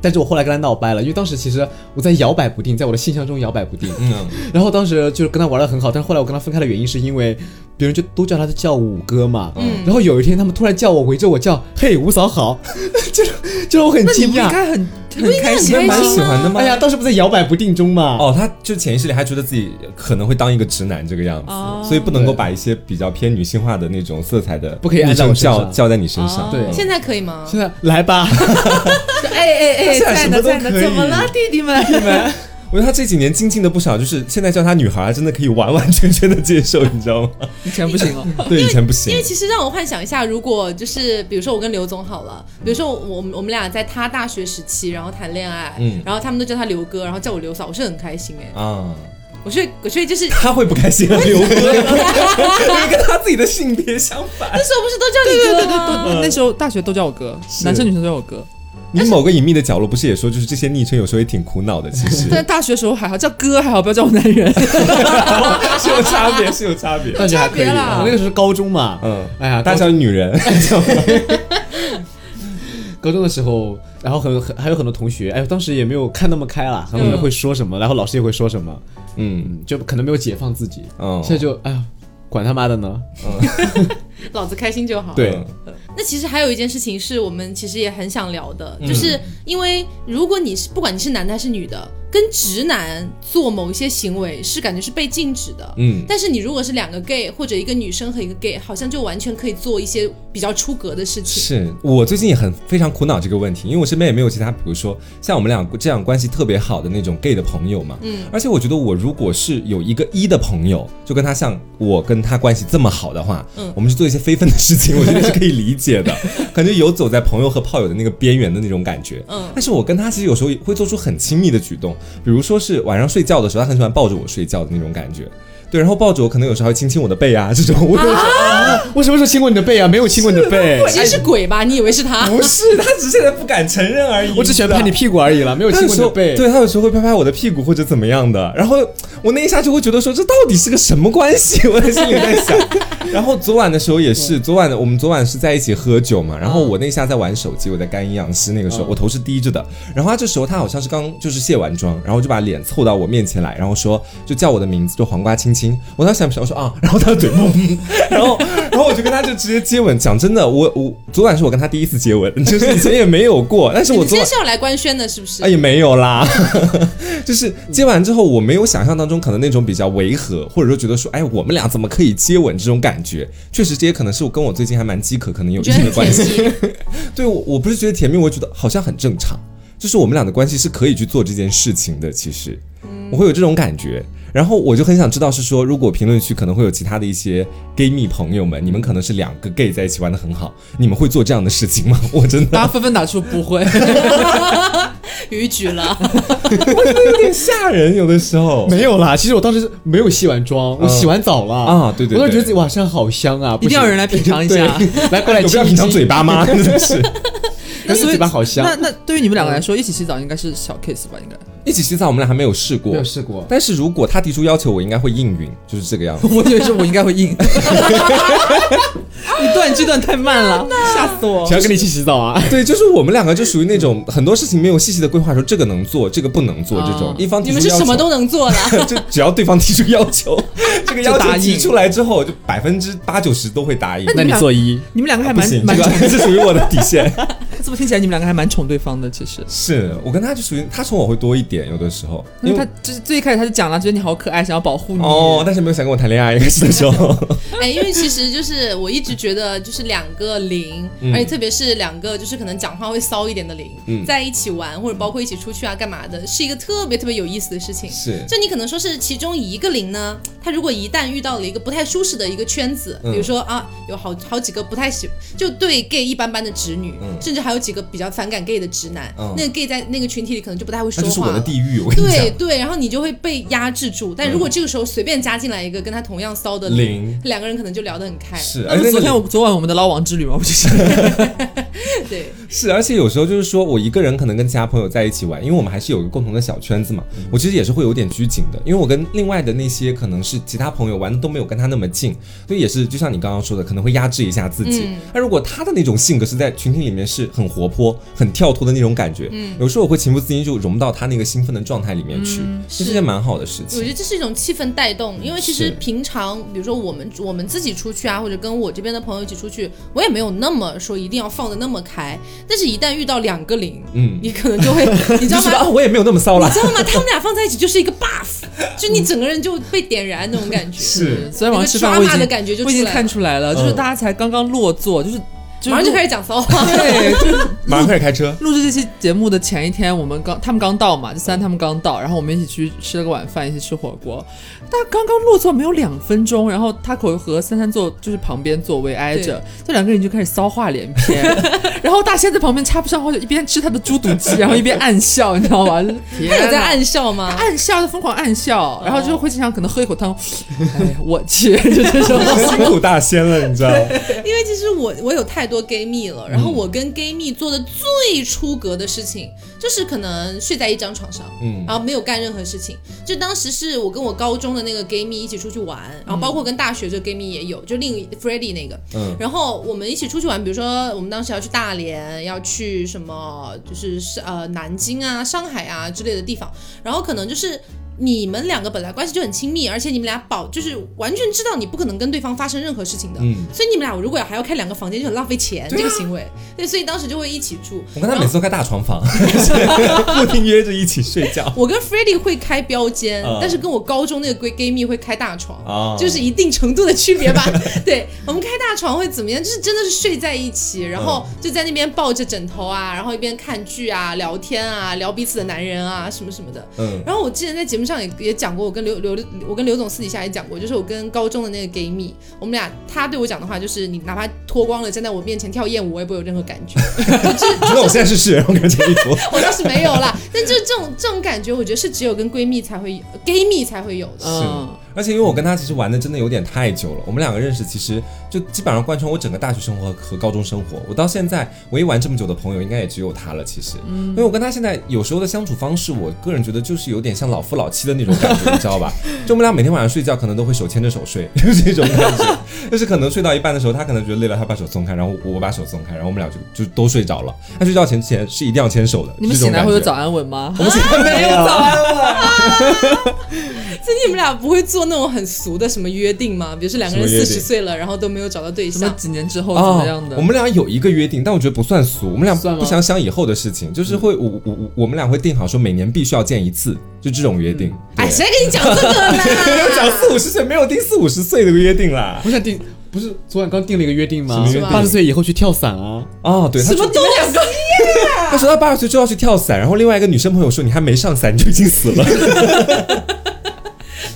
Speaker 4: 但是我后来跟他闹掰了，因为当时其实我在摇摆不定，在我的性向中摇摆不定。
Speaker 2: 嗯，
Speaker 4: 然后当时就是跟他玩的很好，但是后来我跟他分开的原因是因为别人就都叫他叫五哥嘛。
Speaker 1: 嗯
Speaker 4: 然后有一天他们突然叫我，围着我叫嘿五嫂好， 就是就是我很
Speaker 5: 那你
Speaker 4: 惊
Speaker 5: 不应
Speaker 4: 讶。
Speaker 5: 该很很开
Speaker 2: 你
Speaker 5: 心啊
Speaker 2: 们
Speaker 5: 吗
Speaker 2: 蛮？喜欢的吗？
Speaker 4: 哎呀，当时不在摇摆不定中嘛。
Speaker 2: 哦，他就潜意识里还觉得自己可能会当一个直男这个样子，
Speaker 5: 哦
Speaker 2: 所以不能够把一些比较偏女性化的那种色彩的
Speaker 4: 不可以
Speaker 2: 昵
Speaker 4: 按在
Speaker 2: 称
Speaker 4: 我身
Speaker 2: 叫
Speaker 4: 上
Speaker 2: 叫在你身上。
Speaker 4: 哦对
Speaker 1: 现在可以吗？
Speaker 4: 现在来 吧，
Speaker 5: 哎哎哎，
Speaker 2: 现在
Speaker 5: 在
Speaker 2: 什么
Speaker 5: 呢
Speaker 2: 都
Speaker 5: 在呢
Speaker 2: 可，以
Speaker 5: 怎么了，弟弟们？
Speaker 2: 我觉得他这几年精进的不少，就是现在叫她女孩儿，真的可以完完全全的接受，你知道吗？
Speaker 5: 以前不行哦，
Speaker 2: 对，以前不行
Speaker 1: 因为。其实让我幻想一下，如果就是比如说我跟刘总好了，比如说我们我们俩在他大学时期，然后谈恋爱，
Speaker 2: 嗯
Speaker 1: 然后他们都叫他刘哥，然后叫我刘嫂，我是很开心哎、
Speaker 2: 啊，，
Speaker 1: 我是我是就是
Speaker 2: 他会不开心啊，刘哥， 因为跟他自己的性别相反。
Speaker 1: 那时候不是都叫
Speaker 5: 对对
Speaker 1: 你
Speaker 5: 对对
Speaker 1: 哥吗？
Speaker 5: 对，那时候大学都叫我哥，男生女生都叫我哥。
Speaker 2: 你某个隐秘的角落不是也说，就是这些昵称有时候也挺苦恼的，其实
Speaker 5: 但大学时候还好，叫哥还好，不要叫我男 人。
Speaker 2: 是有差别，是有差别。
Speaker 4: 但是还可以。
Speaker 1: 差别啦
Speaker 4: 我那个时候是高中嘛，
Speaker 2: 嗯，
Speaker 4: 哎呀，
Speaker 2: 大
Speaker 4: 大
Speaker 2: 小女人，
Speaker 4: 高中的时候，然后很很还有很多同学，哎，当时也没有看那么开啦，很多
Speaker 1: 嗯
Speaker 4: 人会说什么，然后老师也会说什么，
Speaker 2: 嗯
Speaker 4: 嗯，就可能没有解放自己。
Speaker 2: 嗯，
Speaker 4: 现在就哎呀，管他妈的呢。
Speaker 1: 老子开心就好。
Speaker 4: 对
Speaker 1: 那其实还有一件事情是我们其实也很想聊的，
Speaker 2: 嗯
Speaker 1: 就是因为如果你是不管你是男的还是女的，跟直男做某一些行为是感觉是被禁止的。
Speaker 2: 嗯，
Speaker 1: 但是你如果是两个 gay 或者一个女生和一个 gay，好像就完全可以做一些比较出格的事情。
Speaker 2: 是我最近也很非常苦恼这个问题，因为我身边也没有其他，比如说像我们俩这样关系特别好的那种 gay 的朋友嘛。嗯，而且我觉得我如果是有一个一的朋友，就跟他像我跟他关系这么好的话，嗯，我们去做一些非分的事情，我觉得是可以理解的，感觉游走在朋友和炮友的那个边缘的那种感觉。
Speaker 1: 嗯
Speaker 2: 但是我跟他其实有时候会做出很亲密的举动，比如说是晚上睡觉的时候，他很喜欢抱着我睡觉的那种感觉。对，然后抱着我，可能有时候还亲亲我的背啊，这种我都
Speaker 4: 我什么时候亲过你的背啊？没有亲过你的背，
Speaker 1: 其实是鬼吧？你以为是他？
Speaker 2: 不是，他只是现在不敢承认而已。
Speaker 4: 我只喜欢拍你屁股而已了，没有
Speaker 2: 他
Speaker 4: 亲
Speaker 2: 有
Speaker 4: 过
Speaker 2: 时
Speaker 4: 你
Speaker 2: 候
Speaker 4: 的背。
Speaker 2: 对他有时候会拍拍我的屁股或者怎么样的，然后我那一下就会觉得说这到底是个什么关系？ 我在心里在想。然后昨晚的时候也是，昨晚我们昨晚是在一起喝酒嘛，然后
Speaker 4: 嗯
Speaker 2: 我那一下在玩手机，我在干阴阳师，那个时候我头是低着的，然后他这时候他好像是刚就是卸完妆，然后就把脸凑到我面前来，然后说就叫我的名字，就黄瓜青青。我当时想不想我说啊，然后他的嘴嗯，嗯然后然后我就跟他就直接接吻。讲真的，我我昨晚是我跟他第一次接吻，就是以前也没有过，但是
Speaker 1: 你
Speaker 2: 我
Speaker 1: 们今
Speaker 2: 昨晚
Speaker 1: 天。是要来官宣的，是不是？
Speaker 2: 啊，也没有啦， 就是接完之后，我没有想象当中可能那种比较违和，或者说觉得说，哎，我们俩怎么可以接吻这种感觉？确实，这也可能是我跟我最近还蛮饥渴，可能有
Speaker 1: 我
Speaker 2: 一
Speaker 1: 觉得
Speaker 2: 定的
Speaker 1: 很
Speaker 2: 关
Speaker 1: 甜
Speaker 2: 系。
Speaker 1: 蜜。
Speaker 2: 对我，我不是觉得甜蜜，我觉得好像很正常，就是我们俩的关系是可以去做这件事情的。其实，我会有这种感觉。然后我就很想知道，是说如果评论区可能会有其他的一些 gay 蜜朋友们，你们可能是两个 gay 在一起玩的很好，你们会做这样的事情吗？我真的
Speaker 5: 大家纷纷打出不 会，
Speaker 1: 逾矩了，
Speaker 2: 有点吓人，有的时候。
Speaker 4: 没有啦，其实我当时是没有卸完妆，我洗完澡了
Speaker 2: 啊对对对
Speaker 4: 我当时觉得自己哇，身上好香啊，不
Speaker 5: 一定要
Speaker 4: 行
Speaker 5: 有人来品尝一下啊
Speaker 4: 对来过来
Speaker 2: 有必
Speaker 4: 亲
Speaker 2: 要
Speaker 4: 一
Speaker 2: 品尝
Speaker 4: 亲
Speaker 2: 嘴巴吗？真的是，
Speaker 4: 但是
Speaker 5: 所以
Speaker 4: 嘴巴好香
Speaker 5: 那那对于你们两个来说，一起洗澡应该是小 case 吧？应该。
Speaker 2: 一起洗澡我们俩还没有试过
Speaker 4: 没有。试过。
Speaker 2: 但是如果他提出要求，我应该会应允，就是这个样子。
Speaker 5: 我觉得我应该会 硬。你断句断太慢了，吓死我！
Speaker 4: 谁要跟你一起洗 澡啊？
Speaker 2: 对，就是我们两个就属于那种很多事情没有细细的规划，说这个能做，这个不能做，
Speaker 5: 啊
Speaker 2: 这种一方提
Speaker 1: 你
Speaker 2: 出
Speaker 1: 们是
Speaker 2: 要求
Speaker 1: 什么都能做的。
Speaker 2: 就只要对方提出要 求，这个要
Speaker 5: 就答
Speaker 2: 求
Speaker 5: 应
Speaker 2: 提出来之后，就百分之八九十都会答应。
Speaker 5: 那你
Speaker 4: 做一，
Speaker 5: 你们两个还
Speaker 2: 啊不
Speaker 5: 蛮
Speaker 2: 行，
Speaker 5: 蛮
Speaker 2: 这
Speaker 5: 宠，
Speaker 2: 个是属于 我的底线。
Speaker 5: 怎么听起来你们两个还蛮宠对方的？其实，
Speaker 2: 是我跟他就属于他宠我会多一点，有的时候，
Speaker 5: 因
Speaker 2: 因
Speaker 5: 为他
Speaker 2: 为
Speaker 5: 就是最一开始他就讲了，觉得你好可爱，想要保护你。
Speaker 2: 哦，，但是没有想跟我谈恋爱， 开始的时候，
Speaker 1: 哎，因为其实就是我一直觉得，就是两个零，
Speaker 2: 嗯
Speaker 1: 而且特别是两个就是可能讲话会骚一点的零，
Speaker 2: 嗯
Speaker 1: 在一起玩或者包括一起出去啊干嘛的，是一个特别特别有意思的事情。
Speaker 2: 是
Speaker 1: 就你可能说是其中一个零呢，他如果一旦遇到了一个不太舒适的一个圈子，
Speaker 2: 嗯
Speaker 1: 比如说啊，有好好几个不太喜，就对 gay 一般般的直女，
Speaker 2: 嗯
Speaker 1: 甚至还有几个比较反感 gay 的直男，
Speaker 2: 嗯
Speaker 1: 那个 gay 在那个群体里可能就不太会
Speaker 2: 那
Speaker 1: 说话
Speaker 2: 就
Speaker 1: 了。
Speaker 2: 是我的地狱。我跟你讲
Speaker 1: 对，对，然后你就会被压制住。但如果这个时候随便加进来一个跟他同样骚的
Speaker 2: 嗯零，
Speaker 1: 两个人可能就聊得很开。
Speaker 2: 是，
Speaker 5: 那
Speaker 2: 而
Speaker 5: 么
Speaker 2: 且
Speaker 5: 昨
Speaker 2: 哎那
Speaker 5: 天
Speaker 2: 个
Speaker 5: 我昨晚我们的捞王之旅嘛，我就是
Speaker 1: 对，
Speaker 2: 是，而且有时候就是说我一个人可能跟其他朋友在一起玩，因为我们还是有一个共同的小圈子嘛。我其实也是会有点拘谨的，因为我跟另外的那些可能是其他朋友玩的都没有跟他那么近，所以也是就像你刚刚说的，可能会压制一下自
Speaker 1: 嗯
Speaker 2: 己。那、如果他的那种性格是在群体里面是很活泼、很跳脱的那种感觉，
Speaker 1: 嗯
Speaker 2: 有时候我会情不自禁就融不到他那个兴奋的状态里面去，这是
Speaker 1: 嗯是
Speaker 2: 件蛮好的事
Speaker 1: 我觉
Speaker 2: 情。
Speaker 1: 得这是一种气氛带动，因为其
Speaker 2: 是
Speaker 1: 实平常，比如说我们我们自己出去啊，或者跟我这边的朋友一起出去，我也没有那么说一定要放的那么开，但是一旦遇到两个零，
Speaker 2: 嗯
Speaker 1: 你可能 就会，你知
Speaker 2: 就
Speaker 1: 道
Speaker 2: 觉得
Speaker 1: 吗？
Speaker 2: 啊，我也没有那么骚啦
Speaker 1: 你。知道吗？他们俩放在一起就是一个 buff，就你整个人就被点燃那种感觉，
Speaker 2: 是
Speaker 5: 昨天晚上吃
Speaker 1: 那个
Speaker 5: 饭我已
Speaker 1: drama
Speaker 5: 经
Speaker 1: 的感觉就
Speaker 5: 我已经
Speaker 1: 出来
Speaker 5: 看出来了，就是大家才刚刚落座，就是是
Speaker 1: 马上就开
Speaker 5: 始
Speaker 1: 始讲骚 话。
Speaker 2: 啊
Speaker 5: 对，就是
Speaker 2: 马上开始 开车，
Speaker 5: 录制这期节目的前一天，我们刚他们刚到嘛，就三他们刚到，然后我们一起去吃了个晚饭，一起吃火锅。但刚刚落座没有两分钟，然后 Taco 和三三坐就是旁边座位挨着，这两个人就开始骚话 连篇，然后大仙在旁边插不上话，就一边吃他的猪肚鸡，然后一边暗笑，你知道 吗？
Speaker 1: 他
Speaker 5: 他
Speaker 1: 有在暗笑吗？
Speaker 5: 暗笑，就疯狂暗笑，然后
Speaker 2: 哦
Speaker 5: 就会经常可能喝一口汤，哎，我去， 就这 种。
Speaker 2: 辛苦大仙了，你知道吗？
Speaker 1: 因为其实我我有太多 gay 蜜了，然后
Speaker 2: 嗯
Speaker 1: 我跟 gay 蜜做的最出格的事情，就是可能睡在一张床上，
Speaker 2: 嗯
Speaker 1: 然后没有干任何事情。就当时是我跟我高中的那个 gay 蜜一起出去玩，然后包括跟大学这个 gay 蜜也有，就另 f r e d d y 那个，
Speaker 2: 嗯
Speaker 1: 然后我们一起出去玩，比如说我们当时要去大连，要去什么就是是呃南京啊、上海啊之类的地方，然后可能就是。你们两个本来关系就很亲密，而且你们俩保就是完全知道你不可能跟对方发生任何事情的，
Speaker 2: 嗯。
Speaker 1: 所以你们俩如果还要开两个房间，就很浪费钱、这个行为。对，所以当时就会一起住。
Speaker 2: 我跟他
Speaker 1: 然
Speaker 2: 每
Speaker 1: 后
Speaker 2: 次都开大床房， 不停约着一起睡觉。
Speaker 1: 我跟 f r e d d y 会开标间，
Speaker 2: 嗯
Speaker 1: 但是跟我高中那个闺闺蜜会开大床，
Speaker 2: 哦
Speaker 1: 就是一定程度的区别吧。对我们开大床会怎么样？就是真的是睡在一起，然后就在那边抱着枕头啊，然后一边看剧啊、聊天啊、聊彼此的男人啊什么什么的。
Speaker 2: 嗯，
Speaker 1: 然后我之前在节目上也也讲过，我跟刘刘我跟刘总私底下也讲过，就是我跟高中的那个 gay 蜜，我们俩他对我讲的话就是，你哪怕脱光了站在我面前跳艳舞，我也不会有任何感觉。
Speaker 2: 觉得我现在是是人，我感觉一坨。
Speaker 1: 我倒是没有啦，但就是这种这种感觉，我觉得是只有跟闺蜜才会有，gay 蜜才会有的。
Speaker 5: 嗯，
Speaker 2: 而且因为我跟他其实玩的真的有点太久了，我们两个认识其实就基本上贯穿我整个大学生活和高中生活。我到现在唯一玩这么久的朋友，应该也只有他了。其实，
Speaker 5: 嗯
Speaker 2: 因为我跟他现在有时候的相处方式，我个人觉得就是有点像老夫老妻的那种感 觉，你知道吧？就我们俩每天晚上睡觉可能都会手牵着手睡， 就是这种感觉。就是可能睡到一半的时候，他可能觉得累了，他把手松开，然后我我把手松开，然后我们俩就就都睡着了。他睡觉前前是一定要牵手的。
Speaker 5: 你们
Speaker 2: 这种
Speaker 5: 醒来会
Speaker 2: 感
Speaker 5: 有
Speaker 2: 觉
Speaker 5: 早安吻吗？啊
Speaker 2: 我们醒来
Speaker 5: 没有早 安吻，
Speaker 1: 所以你们俩不会做那种很俗的什么约定吗？比如说两个人
Speaker 2: 什么约
Speaker 1: 四
Speaker 2: 定
Speaker 1: 十岁了，然后都没有找到对
Speaker 5: 什么
Speaker 1: 象，
Speaker 5: 几年之后怎么样的？
Speaker 2: 哦我们俩有一个约定，但我觉得不算俗，我们俩
Speaker 5: 算吗
Speaker 2: 不想想以后的事情，就是会
Speaker 1: 嗯
Speaker 2: 我我我我们俩会定好说每年必须要见一次，就这种约定。
Speaker 1: 哎，谁跟你讲这个
Speaker 2: 没有
Speaker 1: 啦？
Speaker 2: 讲四五十岁，没有定四五十岁的约定啦。
Speaker 4: 不是定，不是昨晚刚定了一个约定
Speaker 2: 什
Speaker 4: 吗
Speaker 2: 么约
Speaker 1: 定？
Speaker 4: 八十岁以后去跳伞啊！
Speaker 2: 哦，对，他
Speaker 1: 什么
Speaker 2: 说
Speaker 1: 东西？啊
Speaker 2: 他说他八十岁就要去跳伞，然后另外一个女生朋友说你还没上伞你就已经死了。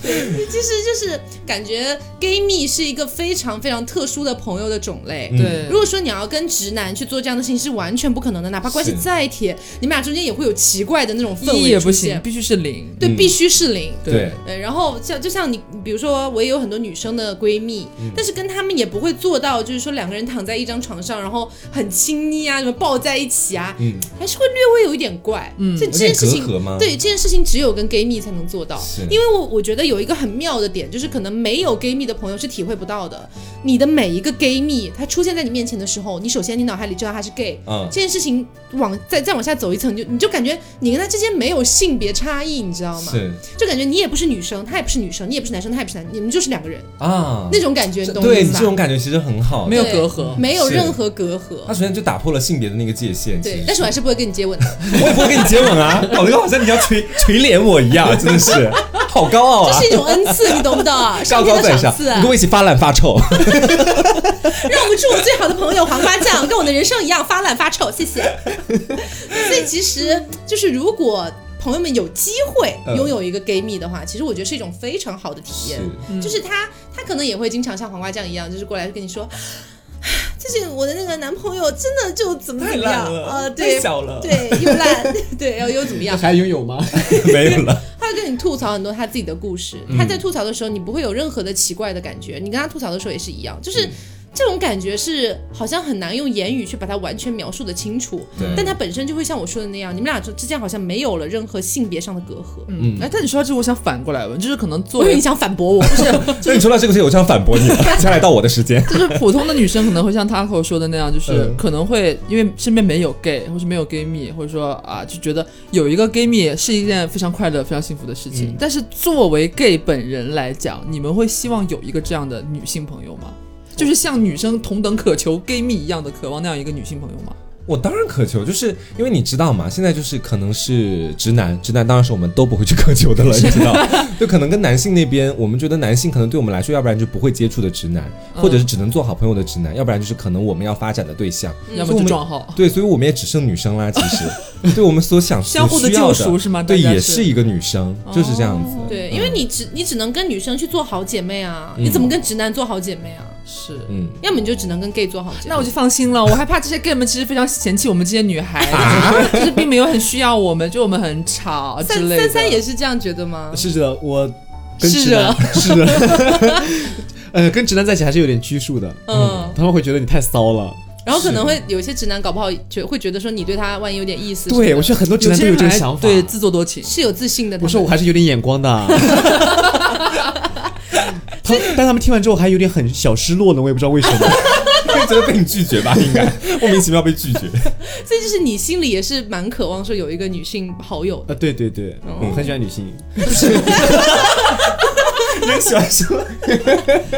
Speaker 1: 其实就是感觉 gay 蜜是一个非常非常特殊的朋友的种类。
Speaker 2: 嗯
Speaker 5: 对
Speaker 1: 如，果说你要跟直男去做这样的事情是完全不可能的，哪怕关系
Speaker 2: 是
Speaker 1: 再铁，你们俩中间也会有奇怪的那种氛
Speaker 5: 一
Speaker 1: 围
Speaker 5: 也不
Speaker 1: 出现
Speaker 5: 行，必须是零。
Speaker 1: 对，
Speaker 2: 嗯
Speaker 1: 必须是零。
Speaker 2: 对，
Speaker 1: 呃，然后像就像你，比如说我也有很多女生的闺蜜，
Speaker 2: 嗯
Speaker 1: 但是跟她们也不会做到，就是说两个人躺在一张床上，然后很亲昵啊，什么抱在一起啊，
Speaker 2: 嗯，
Speaker 1: 还是会略微有一点怪。嗯，这这件事情
Speaker 2: 有点隔阂吗
Speaker 1: 对这件事情只有跟 gay 蜜才能做到
Speaker 2: 是，
Speaker 1: 因为我我觉得有一个很妙的点，就是可能没有 gay 蜜的朋友是体会不到的。你的每一个 gay 蜜，他出现在你面前的时候，你首先你脑海里知道他是 gay，
Speaker 2: 嗯
Speaker 1: 这件事情往再再往下走一层，你就你就感觉你跟他之间没有性别差异，你知道吗？
Speaker 2: 是
Speaker 1: 就感觉你也不是女生，他也不是女生，你也不是男生，他也不是男，你们就是两个人
Speaker 2: 啊，
Speaker 1: 那种感觉，你懂我意
Speaker 2: 对你
Speaker 1: 思
Speaker 2: 这
Speaker 1: 吧？
Speaker 2: 种感觉其实很好，
Speaker 5: 没有
Speaker 1: 对
Speaker 5: 隔阂
Speaker 1: 没有
Speaker 2: 是啊
Speaker 1: 任何隔
Speaker 2: 他
Speaker 1: 阂。
Speaker 2: 首先就打破了性别的那个界限。其
Speaker 1: 对
Speaker 2: 实，
Speaker 1: 但是我还是不会跟你接吻的，
Speaker 2: 我也不会跟你接吻啊，搞得好像你要垂垂 怜我一样，真的是好高傲
Speaker 1: 这
Speaker 2: 啊
Speaker 1: 是。一种恩赐，你懂不懂？ 上
Speaker 2: 高
Speaker 1: 天
Speaker 2: 高
Speaker 1: 的
Speaker 2: 在
Speaker 1: 赏
Speaker 2: 上，
Speaker 1: 赐啊，
Speaker 2: 你跟我一起发懒发臭。
Speaker 1: 让不出我最好的朋友黄瓜酱，跟我的人生一样发烂发臭，谢谢。 所以其实就是如果。朋友们有机会
Speaker 2: 嗯
Speaker 1: 拥有一个 gay 蜜的话，其实我觉得是一种非常好的体验。
Speaker 2: 嗯
Speaker 1: 就是他，他可能也会经常像黄瓜酱一样，就是过来跟你说， 唉就是我的那个男朋友真的就怎么怎么样，呃，对，
Speaker 2: 了，
Speaker 1: 对，又烂，对，又又怎么样，
Speaker 4: 还拥有吗？
Speaker 2: 没有了。
Speaker 1: 他会跟你吐槽很多他自己的故事。
Speaker 2: 嗯
Speaker 1: 他在吐槽的时候，你不会有任何的奇怪的感觉。你跟他吐槽的时候也是一样，就是。
Speaker 2: 嗯
Speaker 1: 这种感觉是好像很难用言语去把它完全描述的清楚
Speaker 2: 对，
Speaker 1: 但它本身就会像我说的那样，你们俩之之间好像没有了任何性别上的隔阂。
Speaker 5: 嗯，哎，但你说到这，我想反过来问，就是可能作
Speaker 1: 我以为
Speaker 5: 为
Speaker 1: 你想反驳我，
Speaker 2: 那你说到这个事情，我就想反驳你了。接下来到我的时间，
Speaker 5: 就是普通的女生可能会像 Taco 说的那样，就是
Speaker 2: 嗯
Speaker 5: 可能会因为身边没有 gay 或是没有 gay 蜜，或者说啊就觉得有一个 gay 蜜是一件非常快乐、非常幸福的事
Speaker 2: 嗯
Speaker 5: 情。但是作为 gay 本人来讲，你们会希望有一个这样的女性朋友吗？就是像女生同等渴求 gay 蜜一样的渴望那样一个女性朋友吗？
Speaker 2: 我当然渴求，就是因为你知道嘛，现在就是可能是直男，直男当然是我们都不会去 渴求的了，你知道？就可能跟男性那边，我们觉得男性可能对我们来说，要不然就不会接触的直男，或者是只能做好朋友的直男，要不然就是可能我们要发展的对象。
Speaker 1: 嗯
Speaker 5: 要
Speaker 2: 所以我
Speaker 5: 么就
Speaker 2: 们
Speaker 5: 撞号，
Speaker 2: 对，所以我们也只剩女生啦。其实，对我们所想
Speaker 5: 相互
Speaker 2: 所
Speaker 5: 的
Speaker 2: 需要
Speaker 5: 救赎是吗？
Speaker 2: 对，
Speaker 5: 大家
Speaker 2: 也是一个女生，就是这样子。
Speaker 1: 哦对，因为你只你只能跟女生去做好姐妹啊，
Speaker 2: 嗯
Speaker 1: 你怎么跟直男做好姐妹啊？
Speaker 5: 是。
Speaker 2: 嗯，
Speaker 1: 要么你就只能跟 gay 做好姐妹。
Speaker 5: 那我就放心了，我还怕这些 gay 们其实非常嫌弃我们这些女孩，
Speaker 2: 啊
Speaker 5: 就是就是并没有很需要我们，就我们很吵啊之
Speaker 1: 三
Speaker 5: 类的。
Speaker 1: 三三也是这样觉得吗？
Speaker 4: 是的，我跟
Speaker 5: 是
Speaker 4: 直男是的，啊 呃，跟直男在一起还是有点拘束的，
Speaker 1: 嗯，
Speaker 4: 他们会觉得你太骚了。
Speaker 1: 然后可能会有一些直男搞不好觉会觉得说你对他万一有点意思什么的，
Speaker 4: 对，我觉得很多直
Speaker 5: 有
Speaker 4: 男
Speaker 5: 些
Speaker 4: 都有
Speaker 5: 人
Speaker 4: 这个
Speaker 5: 还
Speaker 4: 想法。
Speaker 5: 对，自作多情。
Speaker 1: 是有自信的。
Speaker 4: 我
Speaker 1: 他
Speaker 4: 说
Speaker 1: 们
Speaker 4: 我还是有点眼光 的啊。他但他们听完之后还有点很小失落呢，我也不知道为什么。
Speaker 2: 会觉得被你拒绝吧？应该莫名其妙被拒绝。
Speaker 1: 所以就是你心里也是蛮渴望说有一个女性好友的。
Speaker 4: 啊，对对对，
Speaker 2: 哦
Speaker 4: 我很喜欢 女性。
Speaker 2: 人喜欢什么？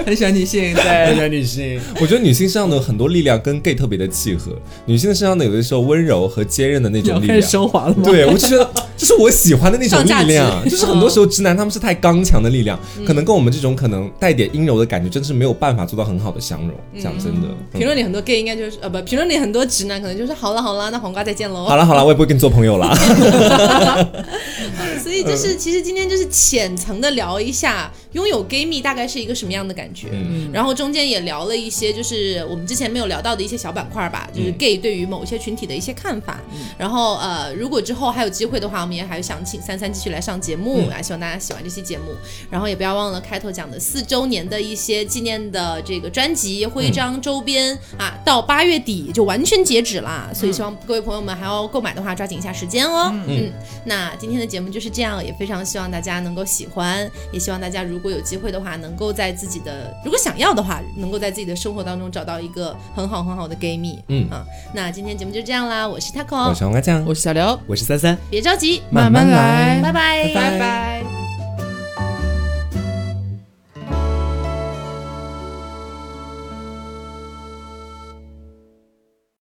Speaker 5: 很喜欢 你现
Speaker 4: 很
Speaker 5: 在
Speaker 4: 喜欢女性，
Speaker 2: 我觉得女性身上的很多力量跟 gay 特别的契合，女性身上的有的时候温柔和坚韧的那种力
Speaker 5: 开始
Speaker 2: 量。
Speaker 5: 升华了吗？
Speaker 2: 对，我就觉得这是我喜欢的那种
Speaker 1: 上价
Speaker 2: 力
Speaker 1: 值嗯
Speaker 2: 量， 就是很多时候直男他们是太刚强的力量，可能跟我们这种可能带点阴柔的感觉，真是没有办法做到很好的相融。讲真的，嗯
Speaker 1: 评论里很多 gay 应该就是呃不，评论里很多直男可能就是好了好了，那黄瓜再见喽。
Speaker 2: 好了好了，我也不会跟你做朋友了。
Speaker 1: 所以
Speaker 2: 嗯
Speaker 1: 就是，其实今天就是浅层的聊一下拥有 gay 蜜大概是一个什么样的感觉，
Speaker 2: 嗯
Speaker 1: 然后中间也聊了一些就是我们之前没有聊到的一些小板块吧，就是
Speaker 2: 嗯
Speaker 1: gay 对于某些群体的一些看法。然后呃，如果之后还有机会的话，我们也还想请三三继续来上节目啊，希望大家喜欢这期节目。然后也不要忘了开头讲的四周年的一些纪念的这个专辑、徽章、周边啊，到八月底就完全截止啦。所以希望各位朋友们还要购买的话，抓紧一下时间哦。嗯，那今天的节目就是这样，也非常希望大家能够喜欢，也希望大家如果有机会的话，能够在自己的如果想要的话，能够在自己的生活当中找到一个很好很好的 gay 蜜。
Speaker 2: 嗯
Speaker 1: 啊，那今天节目就这样啦，我是 taco，
Speaker 2: 我是黄瓜酱，
Speaker 5: 我是小刘，
Speaker 4: 我是三三。
Speaker 1: 别着急，
Speaker 2: 慢慢来
Speaker 1: 拜拜，
Speaker 2: 拜拜
Speaker 1: 拜